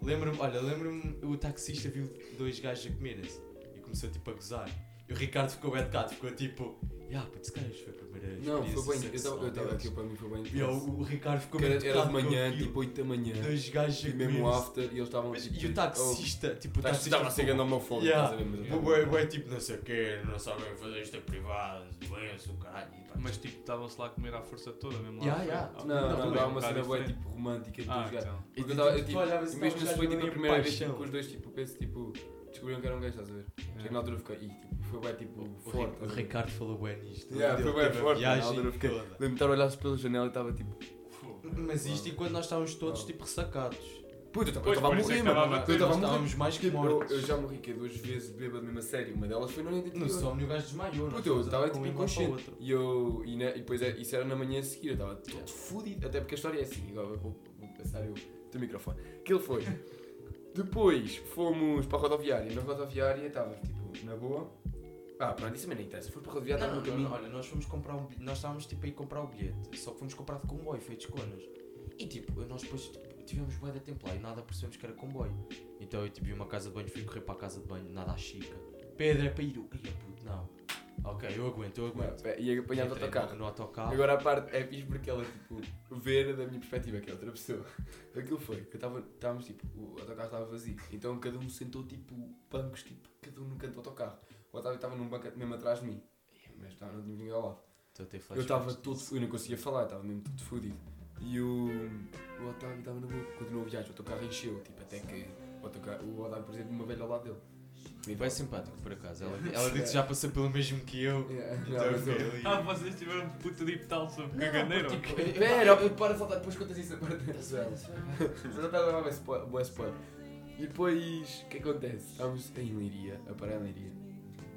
Speaker 3: Lembro-me, olha, lembro-me, o taxista viu dois gajos a comerem-se e começou tipo a gozar. E o Ricardo ficou bad cat, ficou tipo, ah, putz, se calhar isto foi a primeira
Speaker 1: Não, foi bem.
Speaker 3: experiência
Speaker 1: Eu estava-
Speaker 3: sexual
Speaker 1: Eu estava
Speaker 3: deles."
Speaker 1: aqui, para mim foi bem.
Speaker 3: E é o, o Ricardo ficou
Speaker 1: Era
Speaker 3: bad
Speaker 1: era de
Speaker 3: cat com
Speaker 1: manhã,
Speaker 3: aquilo.
Speaker 1: tipo 8 da manhã.
Speaker 3: dois gajos a
Speaker 1: E mesmo
Speaker 3: comerem-se.
Speaker 1: after, e eles estavam
Speaker 3: Mas-
Speaker 1: tipo.
Speaker 3: E o
Speaker 1: "Oh,
Speaker 3: taxista, tipo, o
Speaker 1: Estás
Speaker 3: taxista.
Speaker 1: estava a ser grande homofóbico,
Speaker 3: Yeah.
Speaker 1: estás a ver? Mas eu
Speaker 3: O
Speaker 1: tava-
Speaker 3: bué- bué tipo, não sei o quê, não sabem fazer isto é privado, doença, o caralho. e pá.
Speaker 2: Mas tipo, estavam-se lá a comer à força toda, mesmo lá.
Speaker 3: Ya,
Speaker 2: à
Speaker 3: ya.
Speaker 2: frente.
Speaker 1: Não, não, dá uma
Speaker 2: tudo bem, um
Speaker 1: cena
Speaker 2: bocado
Speaker 1: boa
Speaker 2: diferente.
Speaker 1: tipo romântica de
Speaker 2: Ah,
Speaker 1: dois gajos.
Speaker 2: então.
Speaker 3: E
Speaker 1: Porque eu tava- eu,
Speaker 3: tu
Speaker 1: tipo,
Speaker 3: olhavas assim, "Ah, e
Speaker 1: Mesmo
Speaker 3: estavas
Speaker 1: se foi
Speaker 3: já
Speaker 1: tipo a
Speaker 3: meio
Speaker 1: primeira vez
Speaker 3: paixão.
Speaker 1: tipo, que os dois tipo, penso, tipo, descobriram que eram gays, estás a ver? Achei que na altura fiquei, "Ih, tipo, foi bem tipo
Speaker 3: O,
Speaker 1: forte.
Speaker 3: Ric- o Ricardo falou bem nisto.
Speaker 1: Yeah,
Speaker 3: Ele
Speaker 1: foi bué
Speaker 3: teve a
Speaker 1: forte, na
Speaker 3: viagem
Speaker 1: altura fiquei-
Speaker 3: toda.
Speaker 1: Lembro-me de estar a olhar pela janela e estava tipo,
Speaker 2: é. Fogo.
Speaker 3: Mas isto
Speaker 1: Claro.
Speaker 3: enquanto nós estávamos todos
Speaker 1: Claro.
Speaker 3: tipo ressacados.
Speaker 1: Puta, eu
Speaker 2: Pois,
Speaker 1: estava a
Speaker 2: por isso é
Speaker 1: morrer,
Speaker 2: que
Speaker 1: mano. Eu
Speaker 2: acabava
Speaker 3: Nós
Speaker 1: estava a morrer.
Speaker 3: estávamos mais que
Speaker 1: Tipo, eu,
Speaker 3: mortos.
Speaker 1: eu já morri que duas vezes bêbado mesmo a sério. Uma delas foi no noite
Speaker 3: No
Speaker 1: anterior.
Speaker 3: somno o gajo desmaiou. nós
Speaker 1: Puta, eu
Speaker 3: fomos
Speaker 1: estava
Speaker 3: andar com
Speaker 1: tipo
Speaker 3: um lado para o
Speaker 1: inconsciente.
Speaker 3: outro.
Speaker 1: E eu. E, na- e depois é- isso era na manhã a seguir, eu estava todo fodido. Até porque a história é assim, agora vou, vou passar o teu microfone. Que ele foi. Depois fomos para a rodoviária. Na rodoviária estava tipo, na boa. Ah, pronto, isso também nem interessa. Fui para a rodoviária,
Speaker 3: Não,
Speaker 1: estava
Speaker 3: não,
Speaker 1: no
Speaker 3: não,
Speaker 1: caminho.
Speaker 3: olha, nós fomos comprar um bilhete, nós estávamos tipo aí comprar o bilhete, só que fomos comprar de comboio, foi de esconas. E tipo, nós depois tipo, tivemos bué de tempo lá e nada percebemos que era comboio. Então eu tipo, vi uma casa de banho, fui correr para a casa de banho, nada à chica. Pedro é para ir, eu, ia puto, não. Ok, eu aguento, eu
Speaker 1: Mano,
Speaker 3: aguento.
Speaker 1: E apanhar o
Speaker 3: Entrei
Speaker 1: autocarro.
Speaker 3: no- No autocarro.
Speaker 1: Agora a parte é fixe porque ela, tipo, ver da minha perspectiva, que é outra pessoa. <laughs> Aquilo foi, que eu tava- estávamos, tipo, o autocarro estava vazio. Então cada um sentou, tipo, bancos, tipo, cada um no canto do autocarro. O Otávio estava num banco mesmo atrás de mim. Mas tá, não tinha ninguém ao lado.
Speaker 3: Estou a ter
Speaker 1: Eu estava
Speaker 3: flashbacks.
Speaker 1: todo fudido, eu não conseguia falar, estava mesmo todo fodido. E o, o Otávio estava na boa, continuou a viagem, o autocarro encheu, tipo, até que o, autocarro, o Otávio, por exemplo, uma velha ao lado dele. tipo,
Speaker 3: E bem simpático por
Speaker 1: <laughs>
Speaker 3: acaso. Ela, ela disse que já passou pelo mesmo que eu.
Speaker 1: Yeah, <laughs>
Speaker 3: Então,
Speaker 1: já, mas eu-
Speaker 3: ok, ali-
Speaker 2: Ah, vocês tiveram um puta de tal sobre caganeiro.
Speaker 3: porque, tipo,
Speaker 1: Pera, para de saltar, depois contas isso a parte dela. Só está a levar bué spo- bué spoiler. E depois, o que acontece? Estávamos em Leiria, a parar em Leiria.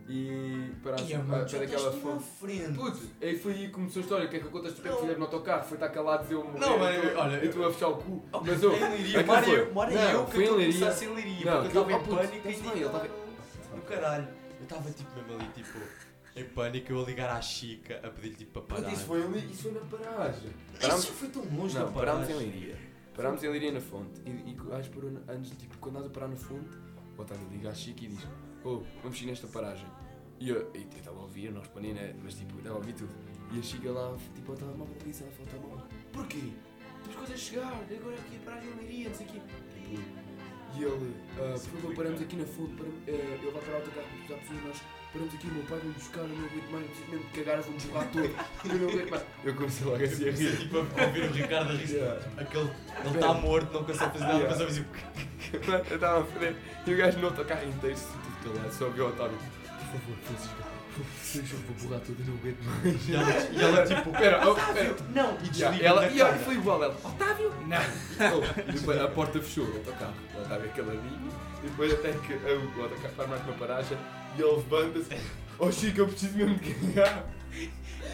Speaker 1: E parámos
Speaker 3: Ia,
Speaker 1: a
Speaker 3: mano,
Speaker 1: pé
Speaker 3: já
Speaker 1: daquela
Speaker 3: estás na
Speaker 1: fonte.
Speaker 3: frente.
Speaker 1: Puto, aí foi aí que começou a história. O que é que eu contas? O que é que
Speaker 3: Não.
Speaker 1: fizeram no autocarro? Foi estar calado, eu morrer.
Speaker 3: Não, mas,
Speaker 1: e tu-
Speaker 3: olha,
Speaker 1: E tu a fechar o cu.
Speaker 3: Oh,
Speaker 1: Mas eu.
Speaker 3: em Leiria,
Speaker 1: aquilo
Speaker 3: mora
Speaker 1: foi.
Speaker 3: eu- mora
Speaker 1: Não,
Speaker 3: eu que
Speaker 1: foi em
Speaker 3: eu
Speaker 1: Leiria.
Speaker 3: começasse em Leiria,
Speaker 1: Não,
Speaker 3: porque eu
Speaker 1: aquilo-
Speaker 3: estava em
Speaker 1: oh, puto,
Speaker 3: pânico e
Speaker 1: estás bem, ele estava-
Speaker 3: Do caralho. Eu estava tipo mesmo ali, tipo, em pânico, eu a ligar à Chica, a pedir-lhe tipo para
Speaker 1: Puto,
Speaker 3: parar.
Speaker 1: isso foi, ali- isso foi na paragem.
Speaker 3: Isso foi tão longe da
Speaker 1: Não, parámos em
Speaker 3: paragem.
Speaker 1: Leiria. Parámos em Leiria na fonte. E, e o gajo parou na- antes, tipo, quando nós a parar na fonte, o Otávio liga à Chica e diz: Oh, vamos ir nesta paragem. E eu e tipo, eu estava a ouvir, nós panina, mas tipo, estava a ouvir tudo. E a Chica lá, tipo, eu estava mal para polícia, ela falou: tá bom. Porquê? Temos coisas a chegar, agora aqui a paragem em Leiria, não sei o quê. Tipo, E ele, ah, por favor, paramos aqui na fonte, para, ele vai parar o autocarro para buscar pessoas, nós paramos aqui, o meu pai vai me buscar, eu não aguento mais, eu preciso mesmo de cagar, eu vou-me jogar todo. Eu não aguento mais. Eu comecei logo assim a
Speaker 3: Comecei,
Speaker 1: rir.
Speaker 3: tipo a ouvir o Ricardo a rir.
Speaker 1: Yeah.
Speaker 3: Aquele, ele
Speaker 4: tá
Speaker 3: está morto, não consegue fazer nada,
Speaker 1: Yeah.
Speaker 3: mas eu disse,
Speaker 1: Mano, eu estava a foder. E o gajo no autocarro inteiro se tudo calado, só viu o Otávio. Por favor, Francisco, Francisco, eu vou borrar tudo e não aguento mais.
Speaker 3: e ela, e ela tipo,
Speaker 1: Pera, oh, pera.
Speaker 3: não, e
Speaker 1: Já,
Speaker 3: desliga
Speaker 1: ela,
Speaker 3: na
Speaker 1: e ela
Speaker 3: cara.
Speaker 1: foi igual, ela. Otávio? Não. e depois a porta fechou, o autocarro. O Otávio é caladinho. E depois até que ah, o autocarro faz mais uma paragem e ele levanta-se. Oh Chico, eu preciso mesmo de ganhar.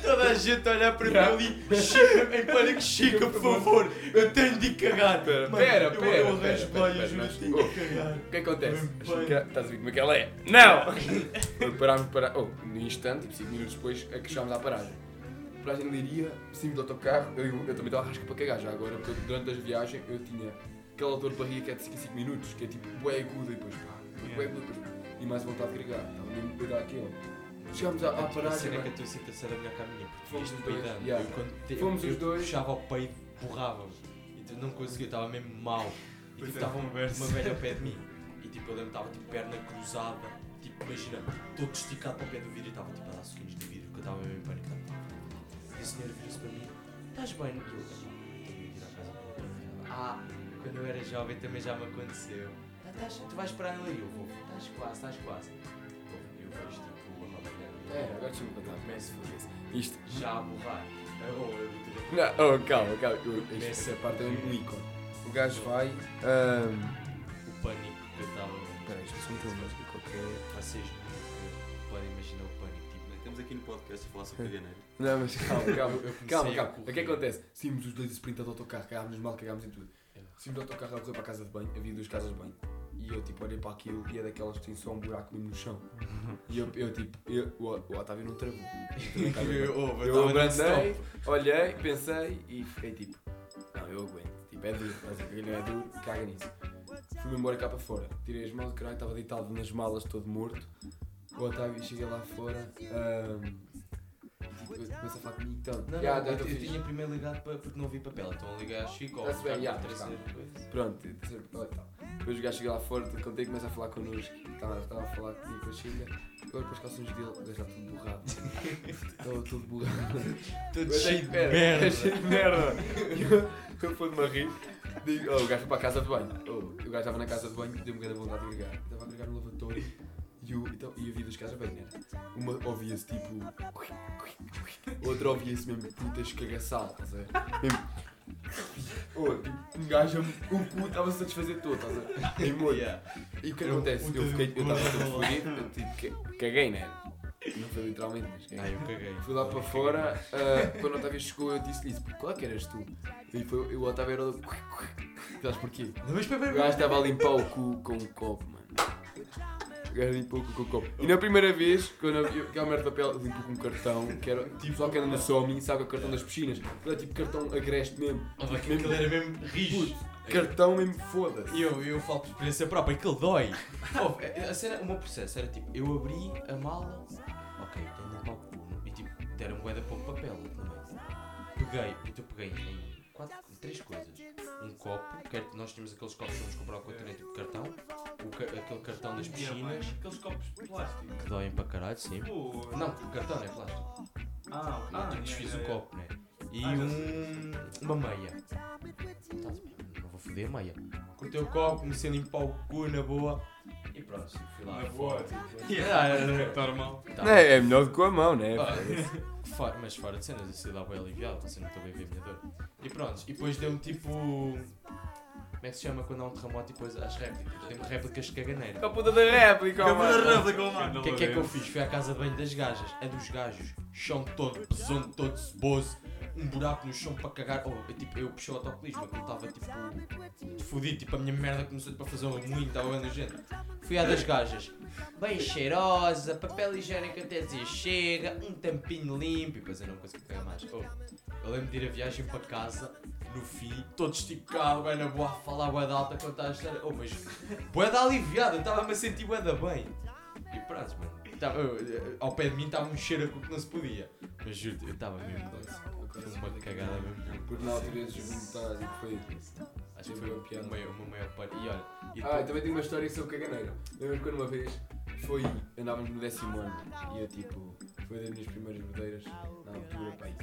Speaker 3: Toda a gente a olhar para
Speaker 1: Yeah.
Speaker 3: mim ali, Chica, em pânico, Chica, por favor, eu tenho de cagar.
Speaker 1: Pera,
Speaker 3: Mano,
Speaker 1: pera,
Speaker 3: eu-
Speaker 1: pera,
Speaker 3: Eu arranjo
Speaker 1: pera,
Speaker 3: bem,
Speaker 1: pera,
Speaker 3: eu juro,
Speaker 1: nós-
Speaker 3: tenho
Speaker 1: Oh.
Speaker 3: de cagar.
Speaker 1: O que acontece?
Speaker 3: Bem,
Speaker 1: Acho
Speaker 3: bem.
Speaker 1: que Estás a ver como é que ela é? Não! parámos para. Oh, no instante, tipo 5 minutos depois, é que chegámos à paragem. Paragem de Leiria, saímos do autocarro, eu, eu também estava a rasca para cagar já agora, porque eu, durante as viagens eu tinha aquela dor de barriga que é de 5 em 5 minutos, que é tipo bué aguda e depois pá, depois bué
Speaker 2: Yeah.
Speaker 1: aguda, depois pá, e mais vontade de cagar, estava mesmo a dar aquilo. Chegámos à, à
Speaker 3: A
Speaker 1: Ah, paragem,
Speaker 3: cena é que a
Speaker 1: mano.
Speaker 3: tua excitação era melhor que a minha, porque
Speaker 1: Fomos
Speaker 3: viste
Speaker 1: os dois,
Speaker 3: peidando.
Speaker 1: yeah.
Speaker 3: Eu quando te,
Speaker 1: Fomos
Speaker 3: eu
Speaker 1: os dois.
Speaker 3: puxava o peido, borrava-me. E tu não conseguia, eu estava mesmo mal. E
Speaker 2: Pois
Speaker 3: tipo,
Speaker 2: é,
Speaker 3: estava uma,
Speaker 2: conversa.
Speaker 3: velha ao pé de mim. E tipo, eu lembro, estava tipo perna cruzada. Tipo, imagina, todo esticado para o pé do vidro e estava tipo a dar suquinhos de vidro, porque eu estava mesmo em pânico. E a senhora vira-se para mim: Estás bem? E eu, "Ah, tenho de ir à casa para outra vez." Ah, quando eu era jovem também já me aconteceu. "Ah, estás- tu vais parar ali? Eu vou, estás quase, estás quase. Eu, eu vejo tipo a roda
Speaker 1: É, agora deixa-me contar, começo a fazer isso. Isto.
Speaker 3: assim. já a borrar. É bom, eu vou ter-
Speaker 1: Não, oh, calma, calma, eu, esta
Speaker 3: Essa
Speaker 1: parte é um
Speaker 3: parte-
Speaker 1: ícone. O gajo vai. ahm,
Speaker 3: O pânico que eu estava.
Speaker 1: Espera, isto é um problema qualquer.
Speaker 3: Vocês não podem imaginar o pânico. Tipo,
Speaker 4: Estamos aqui no podcast a falar sobre caganeiro.
Speaker 1: Não, mas calma, calma.
Speaker 3: Eu- eu comecei
Speaker 1: calma,
Speaker 3: a
Speaker 1: calma. O
Speaker 3: correr.
Speaker 1: que é que acontece? Saímos os dois a sprintar do autocarro, cagámos mal, cagámos em tudo.
Speaker 3: É.
Speaker 1: Saímos do autocarro a correr para a casa de banho, havia duas casas de banho. E eu tipo olhei para aquilo e é daquelas que tem só um buraco mesmo no chão. E eu, eu tipo, eu, o, o Otávio não travou.
Speaker 3: <laughs> eu
Speaker 1: Eu abrandei, olhei, pensei e fiquei tipo, não, eu aguento. Tipo, é duro, mas aquilo não é duro, caga nisso. Fui-me embora cá para fora. Tirei as mãos, caralho, estava deitado nas malas, todo morto. O Otávio cheguei lá fora. ahm, e tipo, começa a falar comigo, então.
Speaker 3: Não,
Speaker 1: "Ya,
Speaker 3: não,
Speaker 1: então eu
Speaker 3: eu, eu
Speaker 1: fiz."
Speaker 3: tinha primeiro ligado para, porque não vi papel. Então eu liguei à Chico ou
Speaker 1: Tá-se bem, já,
Speaker 3: terceiro.
Speaker 1: tá. Pronto, e terceiro papel e tal. Depois o gajo chega lá fora, tudo contei, começa a falar connosco. Estava estava a falar comigo com a China. Agora com as calções dele, o gajo está tudo
Speaker 3: <laughs>
Speaker 1: borrado. Estava tudo borrado. Mas é
Speaker 3: Todo Tá cheio
Speaker 1: que,
Speaker 3: de
Speaker 1: pera,
Speaker 3: merda.
Speaker 1: é <laughs> cheio de merda. E eu- Eu pude-me a rir. Digo, oh, o gajo foi para a casa de banho. Oh, o gajo estava na casa de banho e deu-me grande vontade de agregar. Estava a agregar no lavatório e, o, então, e havia duas casas de banho, né? Uma ouvia-se tipo. Outra ouvia-se mesmo puta escagaçal, estás a ver? Mesmo. Ô, tipo, um gajo, um cu estava a satisfazer todo, estás a ver? Em molho. E o que acontece? Eu fiquei,
Speaker 3: um
Speaker 1: eu estava todo fodido, eu, tipo, ca- caguei, né? Não foi literalmente, mas caguei.
Speaker 3: Ai, eu caguei.
Speaker 1: Fui lá para fora, ah, quando o Otávio chegou eu disse-lhe isso, porque claro que eras tu. E foi, o Otávio era do... Sabes porquê?
Speaker 3: Mas para
Speaker 1: O gajo estava a limpar o cu com um copo, mano. O gajo limpou o cu com um copo. E na primeira vez, quando eu vi aquela merda de papel, limpou com um cartão, que era tipo só que anda na Somi, sabe o cartão das piscinas? Era tipo cartão agreste mesmo.
Speaker 3: Aquilo era mesmo rijo.
Speaker 1: Puto, cartão mesmo foda-se.
Speaker 3: E eu, eu falo por experiência própria, aquilo dói. Ouve, é, a- a cena, o meu processo era tipo, eu abri a mala, ok, tenho um pouco, e tipo, deram moeda para pouco papel também. Peguei, então peguei em quatro, em três coisas. Um copo, que era- nós tínhamos aqueles copos que vamos comprar ao continente de é tipo cartão, o, ca- aquele cartão das piscinas,
Speaker 2: é Aqueles copos de plástico.
Speaker 3: que doem para caralho, sim.
Speaker 2: Pô,
Speaker 3: Não, cartão não é plástico.
Speaker 2: Ah,
Speaker 3: Ah,
Speaker 2: ah,
Speaker 3: tipo, desfiz o
Speaker 1: um
Speaker 2: yeah,
Speaker 3: copo, né? E
Speaker 2: Ah, já
Speaker 3: um... uma meia. Estás- Não vou foder a meia. Cortei o copo, comecei a limpar o cu na boa. E pronto, fui lá.
Speaker 2: yeah. Na boa.
Speaker 3: <laughs> Yeah, yeah,
Speaker 2: É
Speaker 3: yeah.
Speaker 2: normal.
Speaker 3: Tá.
Speaker 1: é, melhor do que com a mão, né?
Speaker 3: Ah, fora- mas fora de cenas, eu sei lá, bem aliviado, você não estou bem a ver a minha dor. E pronto, e depois deu-me tipo. Como é que se chama quando há um terremoto e depois as réplicas? Deu-me réplicas de caganeira.
Speaker 1: A puta da réplica, mano.
Speaker 3: O que é que é que eu fiz? Fui à casa de banho das gajas. A dos gajos. Chão todo, pesão todo, ceboso. Um buraco no chão para cagar. Oh, eu, tipo, eu puxei o autocolismo. Aquilo estava tipo. fodido. Tipo, a minha merda começou tipo, a fazer um ruim. Estava bem nojento. Fui à das gajas. Bem cheirosa, papel higiênico até dizer chega, um tampinho limpo. E depois eu não consegui cagar mais. Oh, eu lembro de ir a viagem para casa. No fim, todo esticado, bem na boa, a falar bué de alta, contar a história. Oh, mas bué de aliviado, eu estava-me a sentir bué de bem. E pronto, mano. Tava- eu- eu- ao pé de mim estava um cheiro a cu que não se podia. Mas juro-te, eu estava mesmo doce. Foi uma cagada mesmo.
Speaker 1: Porque na altura esses voluntários e foi.
Speaker 3: Acho que foi uma piada, uma, uma maior parte. E olha, e
Speaker 1: Ah, eu
Speaker 3: depois-
Speaker 1: também tenho uma história sobre caganeira. Lembro-me quando uma vez foi. andávamos no décimo ano e eu tipo. Foi das minhas primeiras bebedeiras na altura, tipo, pai.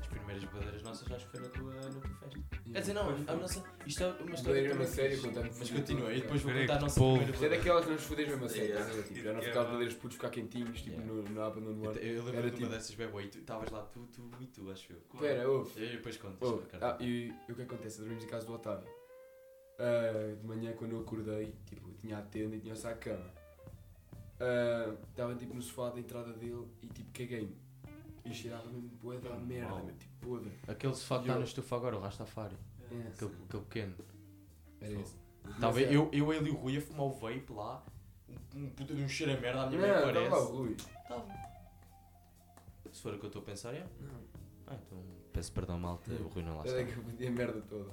Speaker 3: as primeiras badeiras nossas acho que foi na tua, na tua festa.
Speaker 1: E-
Speaker 3: Quer dizer, não,
Speaker 1: Foi-
Speaker 3: a nossa. Isto é uma história.
Speaker 1: Bedeira uma
Speaker 3: também
Speaker 1: série,
Speaker 3: fixe.
Speaker 1: contamos-
Speaker 3: Mas continua, e depois vou
Speaker 2: Peraí,
Speaker 3: contar a
Speaker 2: que
Speaker 3: nossa
Speaker 2: polvo.
Speaker 3: primeira
Speaker 1: Isto é
Speaker 3: badeira.
Speaker 1: daquelas que não nos fodemos mesmo assim,
Speaker 5: Yeah.
Speaker 1: estás a ver? Tipo, já não ficava badeiras putos ficar quentinhos, tipo,
Speaker 3: Yeah.
Speaker 1: no, na aba no ano.
Speaker 3: Eu- Eu lembro
Speaker 1: Era
Speaker 3: de uma
Speaker 1: tipo-
Speaker 3: dessas bebo e tu estavas lá, tu, tu e tu, acho eu.
Speaker 1: Espera, ouve.
Speaker 3: E depois contas.
Speaker 1: Oh,
Speaker 3: Ricardo.
Speaker 1: ah, e, e o que acontece? Dormimos em casa do Otávio. Ah, de manhã, quando eu acordei, tipo, tinha a tenda e tinha-se à cama. Ah, Estava tipo no sofá da entrada dele e tipo caguei-me. E cheirava mesmo bué da merda,
Speaker 3: Uau.
Speaker 1: meu, tipo podre.
Speaker 3: Aquele sofá
Speaker 1: E
Speaker 3: que está
Speaker 1: eu-
Speaker 3: na estufa agora, o Rastafari.
Speaker 1: É,
Speaker 3: Aquele, aquele pequeno.
Speaker 1: Era esse.
Speaker 3: Talvez
Speaker 1: Mas, é.
Speaker 3: eu, eu, ele e o Rui a fumar o vape lá, um, um puta de um cheiro a merda, à
Speaker 1: é.
Speaker 3: minha mãe
Speaker 1: Não, estava lá o
Speaker 3: parece.
Speaker 1: Rui.
Speaker 3: Se for o que eu estou a pensar, é.
Speaker 1: Não.
Speaker 3: Ah, então peço perdão, malta, o Rui não lá
Speaker 1: Era
Speaker 3: está.
Speaker 1: que eu podia a merda toda.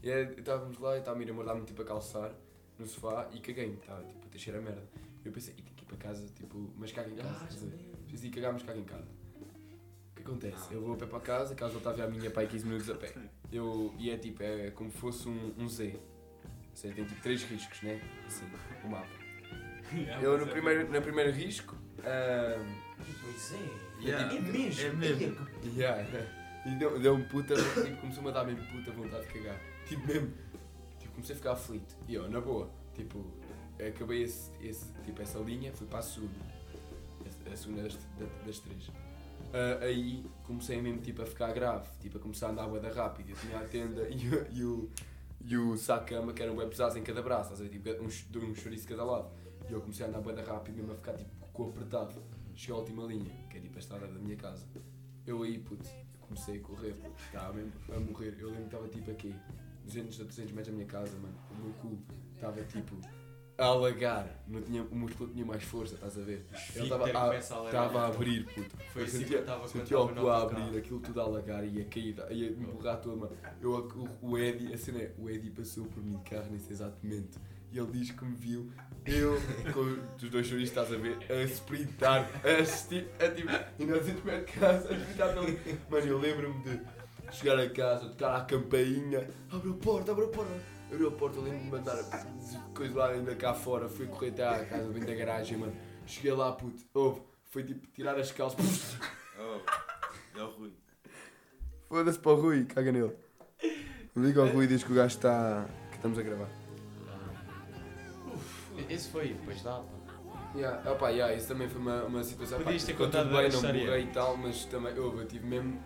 Speaker 1: E é, estávamos lá e estava a minha namorada me tipo a calçar no sofá e caguei-me, estava tipo a ter cheiro a merda. Eu pensei, "Ih, tenho que ir para casa, tipo, mas cago em casa.
Speaker 3: Ah,
Speaker 1: estás a ver? Preciso ir cagar, mas cago em casa. O que
Speaker 3: Ah.
Speaker 1: acontece? Eu vou a pé para casa, casa do Otávio à minha pai 15 minutos a pé. Eu, e é tipo, é como se fosse um, um Z. Ou seja, tem tipo três riscos, né? Assim, o mapa.
Speaker 3: É um
Speaker 1: Eu no primeiro, no primeiro risco. ah, ahm,
Speaker 3: Pois é.
Speaker 5: Yeah.
Speaker 3: É mesmo.
Speaker 5: É mesmo.
Speaker 1: yeah, e deu- deu-me puta. Tipo, começou-me a dar mesmo puta vontade de cagar. Tipo, mesmo. Tipo, comecei a ficar aflito. E eu, na boa. Tipo, acabei esse, esse, tipo, essa linha, fui para a segunda. A, a segunda das, da- das três. Ah, aí comecei mesmo tipo, a ficar grave, tipo, a começar a andar bué da rápida. Eu tinha a tenda e, o- e o, e o sacama, que eram bué pesados em cada braço, estás a ver? Tipo, um, ch- de um chouriço de cada lado. E eu comecei a andar bué da rápida, mesmo a ficar tipo, com apertado. Cheguei à última linha, que é tipo a estrada da minha casa. Eu aí, puto, comecei a correr, puto, estava mesmo a morrer. Eu lembro que estava tipo aqui, 200 a 300 metros da minha casa, mano. O meu cu estava tipo a alagar, não tinha, o músculo tinha mais força, estás a ver? Ele estava
Speaker 3: Víctor
Speaker 1: a,
Speaker 3: começa a alargar.
Speaker 1: tava a abrir, puto.
Speaker 3: Foi
Speaker 1: Eu
Speaker 3: assim que
Speaker 1: sentia-
Speaker 3: eu estava quando
Speaker 1: Senti o
Speaker 3: estava
Speaker 1: cu
Speaker 3: no
Speaker 1: a
Speaker 3: autocarro.
Speaker 1: abrir, aquilo tudo a alagar e a cair, e a me borrar toda, mano. Eu, o, o Eddie, a cena é, o Eddie passou por mim de carro nesse exato momento. E ele diz que me viu, eu, com os dois juristas estás a ver, a sprintar, a assistir, a tipo, e nós dentro de casa, a sprintar pelo. Mano, eu lembro-me de chegar a casa, tocar à campainha, abre a porta, abre a porta. Abriu a porta, eu lembro-me de mandar coisa lá ainda cá fora, fui correr até à casa, vim da garagem, mano. Cheguei lá, puto, houve, foi tipo tirar as calças.
Speaker 5: Oh, é o Rui.
Speaker 1: Foda-se para o Rui, caga nele. Liga ao Rui e diz que o gajo está. que estamos a gravar.
Speaker 3: Esse foi, depois dá. pá.
Speaker 1: Yeah, opa, yeah, isso também foi uma, uma situação.
Speaker 3: Podias ter
Speaker 1: ficou
Speaker 3: contado
Speaker 1: tudo bem,
Speaker 3: a
Speaker 1: não
Speaker 3: história.
Speaker 1: morrei e tal, mas também. Houve, eu tive mesmo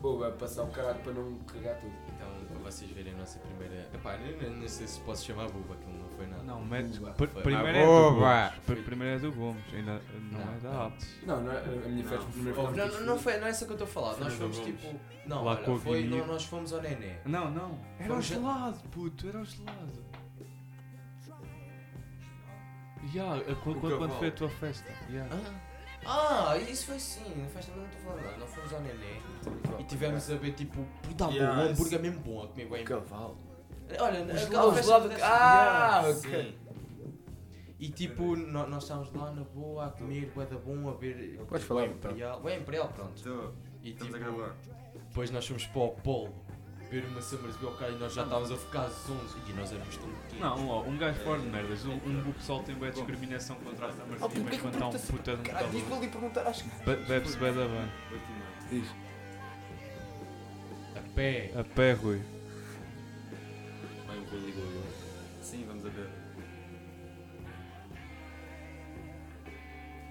Speaker 1: Pô, vai passar o caralho para não cagar tudo.
Speaker 3: Então, para vocês verem a nossa primeira. Epá, eu não, não sei se posso chamar Buba, aquilo não foi nada.
Speaker 2: Não, metes.
Speaker 1: Uba.
Speaker 2: pr-
Speaker 3: Foi
Speaker 2: Primeiro
Speaker 3: uma
Speaker 2: é do
Speaker 3: boba.
Speaker 2: Gomes. Pr- Primeiro é do Gomes, ainda não,
Speaker 3: Não,
Speaker 2: é da
Speaker 3: não.
Speaker 2: Altos.
Speaker 1: Não, não é, a minha festa primeiro
Speaker 3: Não, não, não foi, não é isso que eu estou a falar. Nós
Speaker 4: Fernando
Speaker 3: fomos
Speaker 4: Gomes.
Speaker 3: tipo. Não,
Speaker 2: Lá
Speaker 3: olha,
Speaker 2: com o
Speaker 3: foi,
Speaker 2: Guinho.
Speaker 3: não, nós fomos ao Nené.
Speaker 2: Não, não. Era
Speaker 3: Vamos
Speaker 2: o
Speaker 3: já-
Speaker 2: gelado, puto, era o gelado. Ya, a- quando, quando-
Speaker 5: O
Speaker 2: quando
Speaker 5: cavalo.
Speaker 2: foi a tua festa? Ya.
Speaker 3: Ah, ah, isso foi sim, na festa não estou a falar nada. Nós fomos ao Nené e tivemos a ver tipo. Puta
Speaker 5: Yeah,
Speaker 3: bom, um
Speaker 5: esse-
Speaker 3: hambúrguer mesmo bom, a comer bem.
Speaker 1: Cavalo.
Speaker 3: Olha,
Speaker 1: Os
Speaker 3: aquela
Speaker 1: lados,
Speaker 3: festa
Speaker 1: lado-
Speaker 3: dessa-
Speaker 1: ah,
Speaker 3: Yeah,
Speaker 1: ok.
Speaker 3: sim. E tipo, nó- nós estávamos lá na boa a comer, bué da bom, a ver.
Speaker 1: Podes falar,
Speaker 3: bué imperial. Bué imperial, pronto.
Speaker 5: Então,
Speaker 3: E
Speaker 5: estamos
Speaker 3: tipo,
Speaker 5: a gravar.
Speaker 3: depois nós fomos para o Polo ver uma Summers BOK e nós já estávamos a ficar zonzo e nós éramos tão pequenos.
Speaker 2: Não, ó, um gajo fora de merdas, um, um bu- pessoal tem boa discriminação
Speaker 1: Ah,
Speaker 2: contra as damas de mas quando está um puta de um
Speaker 1: Caralho, diz
Speaker 2: tabu,
Speaker 1: para ali perguntar, acho que.
Speaker 2: be- bebe-se bem da bem.
Speaker 5: Oito e meia.
Speaker 1: Diz.
Speaker 3: A pé.
Speaker 2: A pé, Rui.
Speaker 4: Vai, o Rui ligou agora.
Speaker 5: Sim, vamos a ver.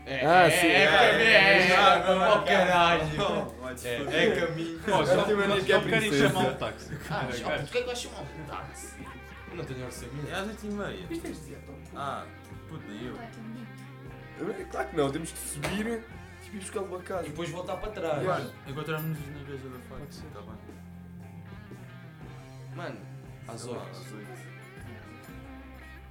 Speaker 3: É,
Speaker 1: Ah,
Speaker 3: é,
Speaker 1: sim.
Speaker 3: É, caminho, é, é, oh, caralho.
Speaker 5: Ah, Não, vai te
Speaker 3: É,
Speaker 5: Oh, foder.
Speaker 3: é caminho.
Speaker 2: Ó,
Speaker 1: só-
Speaker 2: só
Speaker 1: Última não-
Speaker 2: não
Speaker 1: vez que é não querem
Speaker 2: querem
Speaker 1: princesa.
Speaker 2: chamar
Speaker 1: chamar
Speaker 2: um táxi.
Speaker 3: Ah, já, porque é que vais chamar um táxi? Eu não tenho orçamento.
Speaker 5: É às oito e meia. Ah, puta, nem eu.
Speaker 1: é Claro que não, temos que subir e ir buscar uma
Speaker 3: E
Speaker 1: casa.
Speaker 3: depois voltar para trás.
Speaker 1: Yeah.
Speaker 5: Encontramos-nos na igreja da Fátima. Tá bem.
Speaker 3: Mano, às
Speaker 5: Tá bom,
Speaker 3: 8.
Speaker 5: Às oito.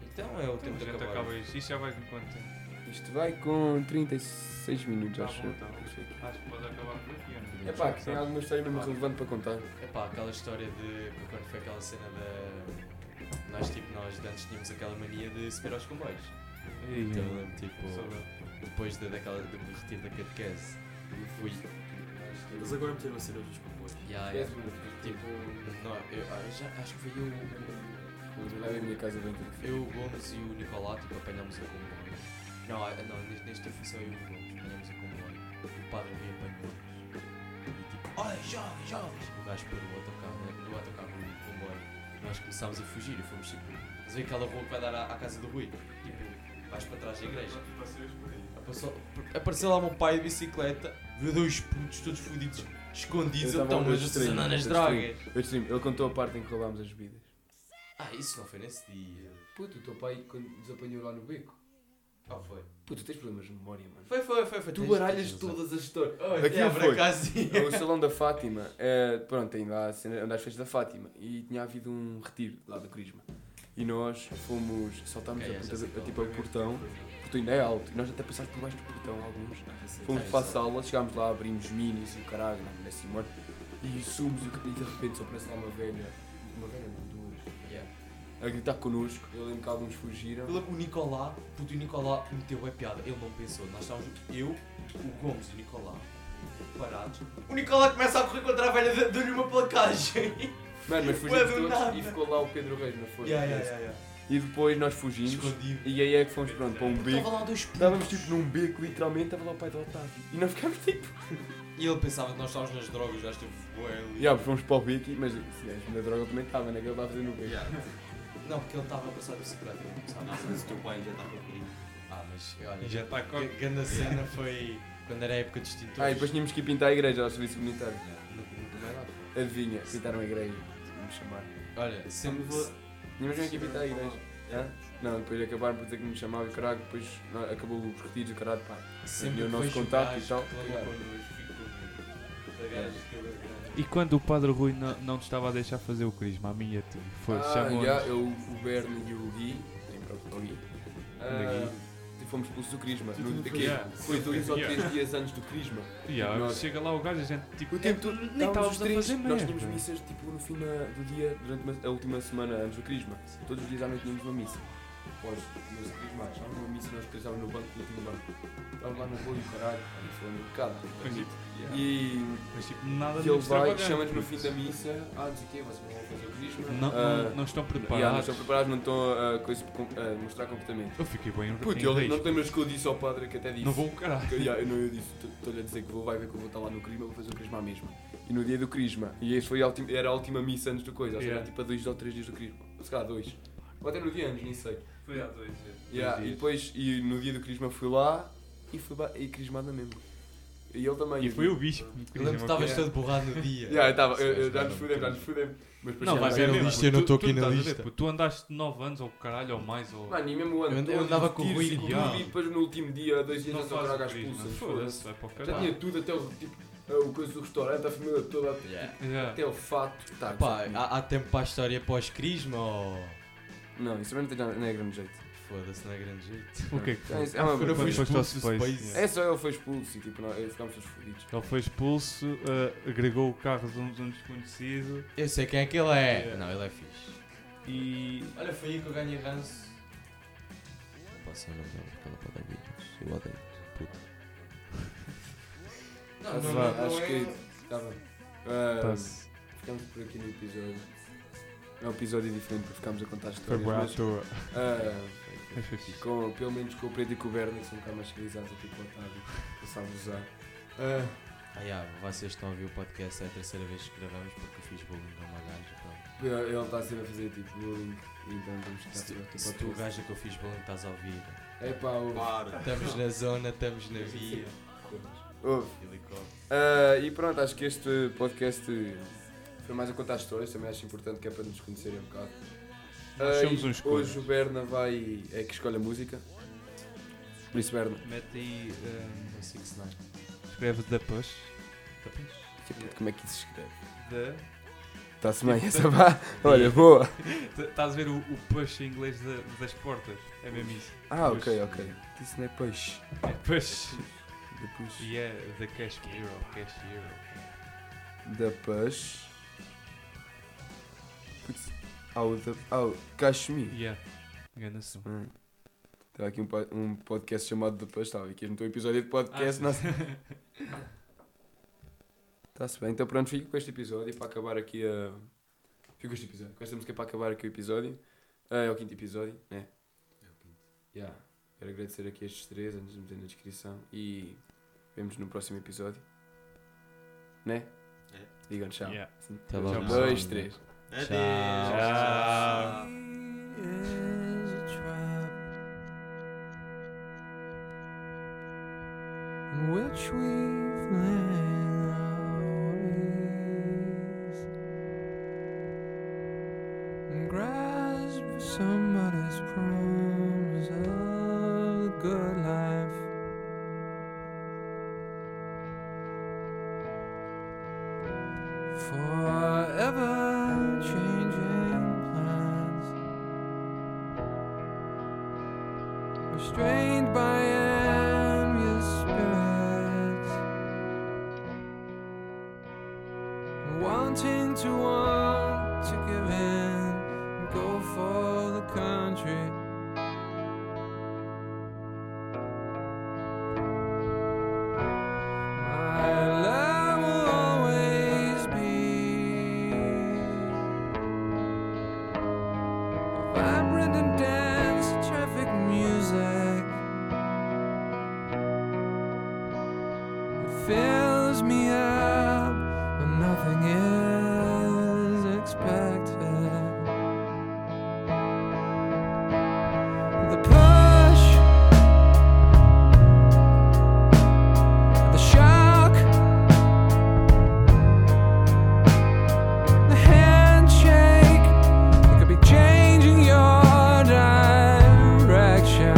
Speaker 3: Então é o tempo de acabar.
Speaker 2: acaba isto. Isto já vai com quanto tempo?
Speaker 1: Isto vai com 36 minutos,
Speaker 2: Tá
Speaker 1: acho
Speaker 2: bom,
Speaker 1: eu.
Speaker 3: então,
Speaker 2: tá bom.
Speaker 1: Acho que-
Speaker 2: Acho que pode acabar por aqui, não
Speaker 1: É pá, que tem alguma história mesmo
Speaker 3: Pá.
Speaker 1: relevante para contar.
Speaker 3: Epá, aquela história de que quando foi aquela cena da. Nós, tipo, nós de antes tínhamos aquela mania de subir aos comboios. Então, eu lembro, tipo, depois da, daquela, do retiro da catequese, eu fui.
Speaker 5: Eles agora meteram a cena dos comboios.
Speaker 3: Yeah,
Speaker 1: É,
Speaker 3: yeah. Tipo, não, eu, ah, já, acho que foi eu, Tipo,
Speaker 1: Lá vem a minha casa dentro.
Speaker 3: eu, o Gomes e o Nicolau, tipo, apanhámos o comboio. Não, ah, não neste, neste tempo foi só eu e o Gomes, apanhámos o comboio. O padre veio apanhou-nos. E tipo, olha, jovens, jovens! O gajo parou o autocarro, né? do autocarro do comboio. Nós começámos a fugir e fomos tipo, mas vê aquela rua que vai dar à, à casa do Rui. Tipo, vais para trás da igreja. Apareceu, apareceu lá um pai de bicicleta, viu dois putos todos fodidos, escondidos,
Speaker 1: Eu
Speaker 3: então,
Speaker 1: tava
Speaker 3: mas
Speaker 1: muito
Speaker 3: a
Speaker 1: estranho,
Speaker 3: Susana nas
Speaker 1: muito estranho.
Speaker 3: drogas.
Speaker 1: Eu stream, ele contou a parte em que roubámos as bebidas.
Speaker 3: Ah, isso não foi nesse dia.
Speaker 1: Puto, o teu pai quando desapanhou lá no beco.
Speaker 3: Ah, foi.
Speaker 1: Puto, tens problemas de memória, mano.
Speaker 3: Foi, foi, foi. foi.
Speaker 1: Tu
Speaker 3: Tens-
Speaker 1: baralhas
Speaker 3: tens razão.
Speaker 1: todas as histórias.
Speaker 3: Oh,
Speaker 1: Aquilo
Speaker 3: yeah, por
Speaker 1: foi. É
Speaker 3: acaso, yeah.
Speaker 1: O Salão da Fátima, eh, pronto, tem lá a cena onde às festas da Fátima e tinha havido um retiro lá do Crisma. E nós fomos, saltámos
Speaker 3: Ok,
Speaker 1: a,
Speaker 3: essa
Speaker 1: porta-
Speaker 3: ficou.
Speaker 1: a- tipo, ao portão, o portão ainda é alto, e nós até passámos por baixo do portão alguns. Fomos
Speaker 3: Ah,
Speaker 1: para a
Speaker 3: isso.
Speaker 1: sala, um chegámos lá, abrimos minis e o caralho, não é assim, mano. E sumos e de repente só aparece lá uma velha, uma velha não, duas,
Speaker 3: Yeah.
Speaker 1: a gritar connosco. Eu lembro que alguns fugiram.
Speaker 3: Ele- O Nicolá, puto, o Nicolá meteu a piada. Ele não pensou. Nós estávamos, eu, o Gomes e o Nicolá, parados. O Nicolá começa a correr contra a velha, dá- dá-lhe uma placagem.
Speaker 1: Mano, mas
Speaker 3: Ué,
Speaker 1: fugimos
Speaker 3: do
Speaker 1: todos
Speaker 3: nada.
Speaker 1: e ficou lá o Pedro Reis na força.
Speaker 3: <laughs> Yeah, yeah, yeah, yeah.
Speaker 1: E depois nós fugimos.
Speaker 3: Escondido. Então
Speaker 1: E aí é que fomos pronto, para um beco.
Speaker 3: Estava lá dois putos.
Speaker 1: Estávamos tipo num beco, literalmente, estava lá o pai do Otávio. E nós ficámos tipo.
Speaker 3: E ele pensava que nós estávamos nas drogas, já esteve bué ali.
Speaker 1: Já, fomos para o beco, e- mas se és na droga também estava, né? Que ele estava fazendo o beco.
Speaker 5: Yeah.
Speaker 3: Não, porque ele estava a passar de bicicleta. ele não sabe.
Speaker 5: Ah, mas o teu pai já está com perigo.
Speaker 3: Ah, mas olha,
Speaker 2: Já está com.
Speaker 3: a grande cena foi quando era a época de extintores.
Speaker 1: Ah, e depois tínhamos que ir pintar a igreja ao serviço comunitário.
Speaker 3: Não- não vai lá.
Speaker 1: Adivinha, pintaram a igreja. Vamos chamar.
Speaker 3: É.
Speaker 5: Então
Speaker 3: Olha, sempre
Speaker 1: Tínhamos mesmo que ir pintar a tá igreja. Hã? né? É? Não, depois acabaram por dizer que me chamavam e caralho, depois não, acabou os retiros e caralho, pá.
Speaker 3: sempre
Speaker 1: o
Speaker 3: que
Speaker 1: nosso
Speaker 3: vejo o
Speaker 1: contacto e
Speaker 3: gajo
Speaker 1: tal.
Speaker 3: que trabalha connosco, fico com medo. Da gaja de cabelo grande.
Speaker 2: E quando o padre Rui não, não te estava a deixar fazer o crisma, a minha tu, foi,
Speaker 1: ah,
Speaker 2: chamou-nos.
Speaker 1: já, eu, o Berno e o Gui. Lembra o Gui? Ah, fomos expulsos do Crisma. No,
Speaker 2: foi-
Speaker 1: aqui,
Speaker 2: Yeah.
Speaker 1: Foi dois ou
Speaker 2: Yeah.
Speaker 1: três dias antes do Crisma.
Speaker 2: Ya,
Speaker 1: Tipo, Nós-
Speaker 2: chega lá o gajo, a gente tipo.
Speaker 1: O tempo todo,
Speaker 2: nem
Speaker 1: estávamos
Speaker 2: estávamos
Speaker 1: os
Speaker 2: a
Speaker 1: três,
Speaker 2: fazer
Speaker 1: nós
Speaker 2: merda.
Speaker 1: tínhamos missas tipo no fim da- do dia, durante uma- a última semana antes do Crisma. Todos os dias à noite tínhamos uma missa. Após meus Crismas, estávamos numa missa e nós casávamos no banco do último banco. Estávamos lá no bolo e o caralho, e foi um bocado.
Speaker 2: Mas tipo,
Speaker 1: E, e
Speaker 2: mas, tipo, nada de
Speaker 1: ele vai,
Speaker 2: extravagante,
Speaker 1: chama-nos no
Speaker 2: puto.
Speaker 1: fim da missa, ah, não sei o quê, vocês vão fazer o Crisma.
Speaker 2: Não,
Speaker 1: Ah,
Speaker 2: não,
Speaker 1: yeah,
Speaker 2: não estão
Speaker 1: não
Speaker 2: preparados.
Speaker 1: estão preparados, não estão a coisa- com- a mostrar comportamento.
Speaker 2: Eu fiquei bem
Speaker 1: Puto,
Speaker 2: em
Speaker 1: ele,
Speaker 2: risco.
Speaker 1: não te lembras que eu disse ao padre que até disse.
Speaker 2: Não vou o caralho.
Speaker 1: Que, yeah, eu não eu disse, "Tô- estou-lhe a dizer que vou, vai ver que eu vou estar lá no Crisma, vou fazer o Crisma mesmo. E no dia do Crisma, e esse foi a ulti- era a última missa antes do coisa, ou seja,
Speaker 2: Yeah.
Speaker 1: era tipo a dois ou três dias do Crisma, se calhar dois. Ou até no dia antes, nem sei.
Speaker 2: Foi há dois
Speaker 1: Yeah, e depois, e no dia do Crisma fui lá e fui ba- e Crismada mesmo. E ele também.
Speaker 2: E foi o bicho que me
Speaker 3: Eu
Speaker 2: corrigiu
Speaker 3: lembro que
Speaker 2: uma
Speaker 3: estavas
Speaker 2: coisa.
Speaker 3: todo borrado no dia.
Speaker 1: Yeah, eu tava, eu,
Speaker 4: Esse
Speaker 1: eu
Speaker 4: gajo
Speaker 1: já
Speaker 4: não
Speaker 1: nos
Speaker 4: me
Speaker 1: fudemos, já
Speaker 4: entende.
Speaker 1: nos fudemos. Mas depois é
Speaker 2: Não,
Speaker 1: chegamos
Speaker 2: vai
Speaker 1: lá
Speaker 2: ver
Speaker 1: e-
Speaker 4: na
Speaker 2: mesmo.
Speaker 4: lista, eu não
Speaker 2: Tu-
Speaker 4: tô
Speaker 2: tu
Speaker 4: aqui na
Speaker 2: estás a ver,
Speaker 4: lista.
Speaker 2: pô, Tu andaste 9 anos ou caralho, ou mais, ou.
Speaker 1: Mano, e mesmo o ano.
Speaker 3: Eu- eu
Speaker 1: todo,
Speaker 3: andava com o
Speaker 1: tiro,
Speaker 3: Rui,
Speaker 1: com
Speaker 2: yeah.
Speaker 1: Rui, e depois no último dia, dois dias,
Speaker 2: Não
Speaker 1: eu
Speaker 2: faz
Speaker 1: trago
Speaker 2: o
Speaker 1: as
Speaker 2: turismo,
Speaker 1: pulsas.
Speaker 2: foda-se,
Speaker 1: foda-se.
Speaker 2: vai para o
Speaker 1: Já tinha
Speaker 2: caralho.
Speaker 1: tudo, até o tipo, eh, o coisa do restaurante, a família toda,
Speaker 4: Yeah.
Speaker 2: Yeah.
Speaker 1: até o fato. Tá,
Speaker 3: Pá, ah,
Speaker 1: isso-
Speaker 3: há, há tempo para a história pós-crisma ou.
Speaker 1: Não, isso também não, tem, nada- não é grande jeito.
Speaker 3: Foda-se, não é grande jeito.
Speaker 2: O que é que foi?
Speaker 1: É, isso, é uma
Speaker 3: Quando eu
Speaker 1: vergonha.
Speaker 3: fui
Speaker 2: Quando foste ao
Speaker 3: expulso do
Speaker 2: Space.
Speaker 3: Space.
Speaker 1: É só ele foi expulso e tipo, nós eh, ficámos todos fodidos.
Speaker 2: Ele foi expulso, eh, agregou o carro de um, de um desconhecido
Speaker 3: Eu sei quem é que ele é.
Speaker 2: Yeah.
Speaker 3: Não, ele é fixe.
Speaker 2: e.
Speaker 3: Olha, foi aí que eu ganhei ranço.
Speaker 4: Passa a razão, porque ela pode dar vídeos. Eu odeio. Puto.
Speaker 3: <laughs> Não,
Speaker 1: Acho-
Speaker 3: não, não,
Speaker 1: acho
Speaker 3: não é-
Speaker 1: que. Tá bem.
Speaker 2: eh,
Speaker 1: Ah,
Speaker 2: Passe.
Speaker 1: ficamos por aqui no episódio. É um episódio diferente porque ficámos a contar
Speaker 2: Foi
Speaker 1: histórias.
Speaker 2: boa à
Speaker 1: mas,
Speaker 2: toa.
Speaker 1: ah,
Speaker 2: Mas foi fixe.
Speaker 1: com, pelo menos com o preto e com o Bernie, que são um bocado mais civilizados aqui com o Otávio. Passámos a. Ah,
Speaker 3: Ah, yeah, vocês estão a ouvir o podcast, é a terceira vez que gravamos porque eu fiz bullying a uma gaja. pronto.
Speaker 1: ele- ele está sempre a fazer tipo bullying. Então vamos ficar
Speaker 3: Se
Speaker 1: por aqui
Speaker 3: tu, se
Speaker 1: para
Speaker 3: tu
Speaker 1: o
Speaker 3: gaja que eu fiz bullying estás a ouvir,
Speaker 1: podcast. É pá, ouve.
Speaker 5: Para.
Speaker 3: estamos na zona, estamos na via.
Speaker 1: ouve.
Speaker 3: Helicóptero.
Speaker 1: Ah, e pronto, acho que este podcast foi mais a contar histórias, também acho importante que é para nos conhecerem um bocado.
Speaker 2: Nós
Speaker 1: Ah,
Speaker 2: somos
Speaker 1: e
Speaker 2: uns
Speaker 1: hoje o Berna vai. é que escolhe a música. Por isso, Berna.
Speaker 2: Mete aí. eh,
Speaker 3: Não sei que cenário.
Speaker 2: escreve da Push. Da
Speaker 1: Como é que isso se escreve?
Speaker 2: Push?
Speaker 1: Está-se bem essa <laughs> vá? Olha, boa!
Speaker 2: Estás a ver o, o Push em inglês da- das portas? É mesmo isso.
Speaker 1: Ah, ok, ok. Isso não é peixe.
Speaker 2: É Push.
Speaker 1: Da push.
Speaker 2: E é The Cash Hero. Cash Hero.
Speaker 1: Da push. Putz. Ao da. Ao. Cachemir.
Speaker 2: Yeah. Engana se
Speaker 1: Hum. Estava aqui um, po- um podcast chamado The Push. Estava aqui no teu é episódio de podcast.
Speaker 2: Ah,
Speaker 1: não- <laughs> Está-se bem, então pronto, fico com este episódio para acabar aqui a. Fico com este episódio, com esta música para acabar aqui o episódio. Ah, é o quinto episódio, né? É o quinto. Yeah. Quero agradecer aqui estes três, antes de meter na descrição. E vemos no próximo episódio. Né?
Speaker 5: É.
Speaker 1: Digam tchau.
Speaker 2: Yeah.
Speaker 4: Tá
Speaker 1: Um,
Speaker 4: bom,
Speaker 2: Tchau,
Speaker 4: pessoal.
Speaker 1: dois, três.
Speaker 5: Adeus.
Speaker 2: Tchau.
Speaker 6: which we've lain our ways and grasp somebody's promise of the good life. Forever changing plans, restrained by envious spirits, wanting to want to give in and go for the country. My love will always be a vibrant and dance, traffic music. It fills me up when nothing is expected. The push, the shock, the handshake that could be changing your direction.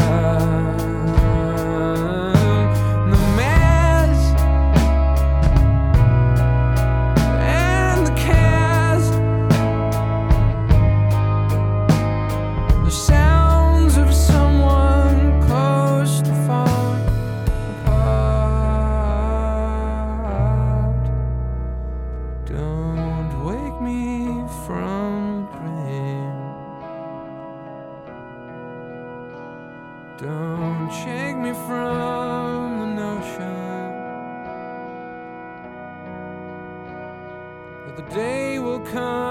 Speaker 6: The mess and the cares. The sounds of someone close to fall apart. Don't wake me from a dream. Don't shake me from the notion that the day will come.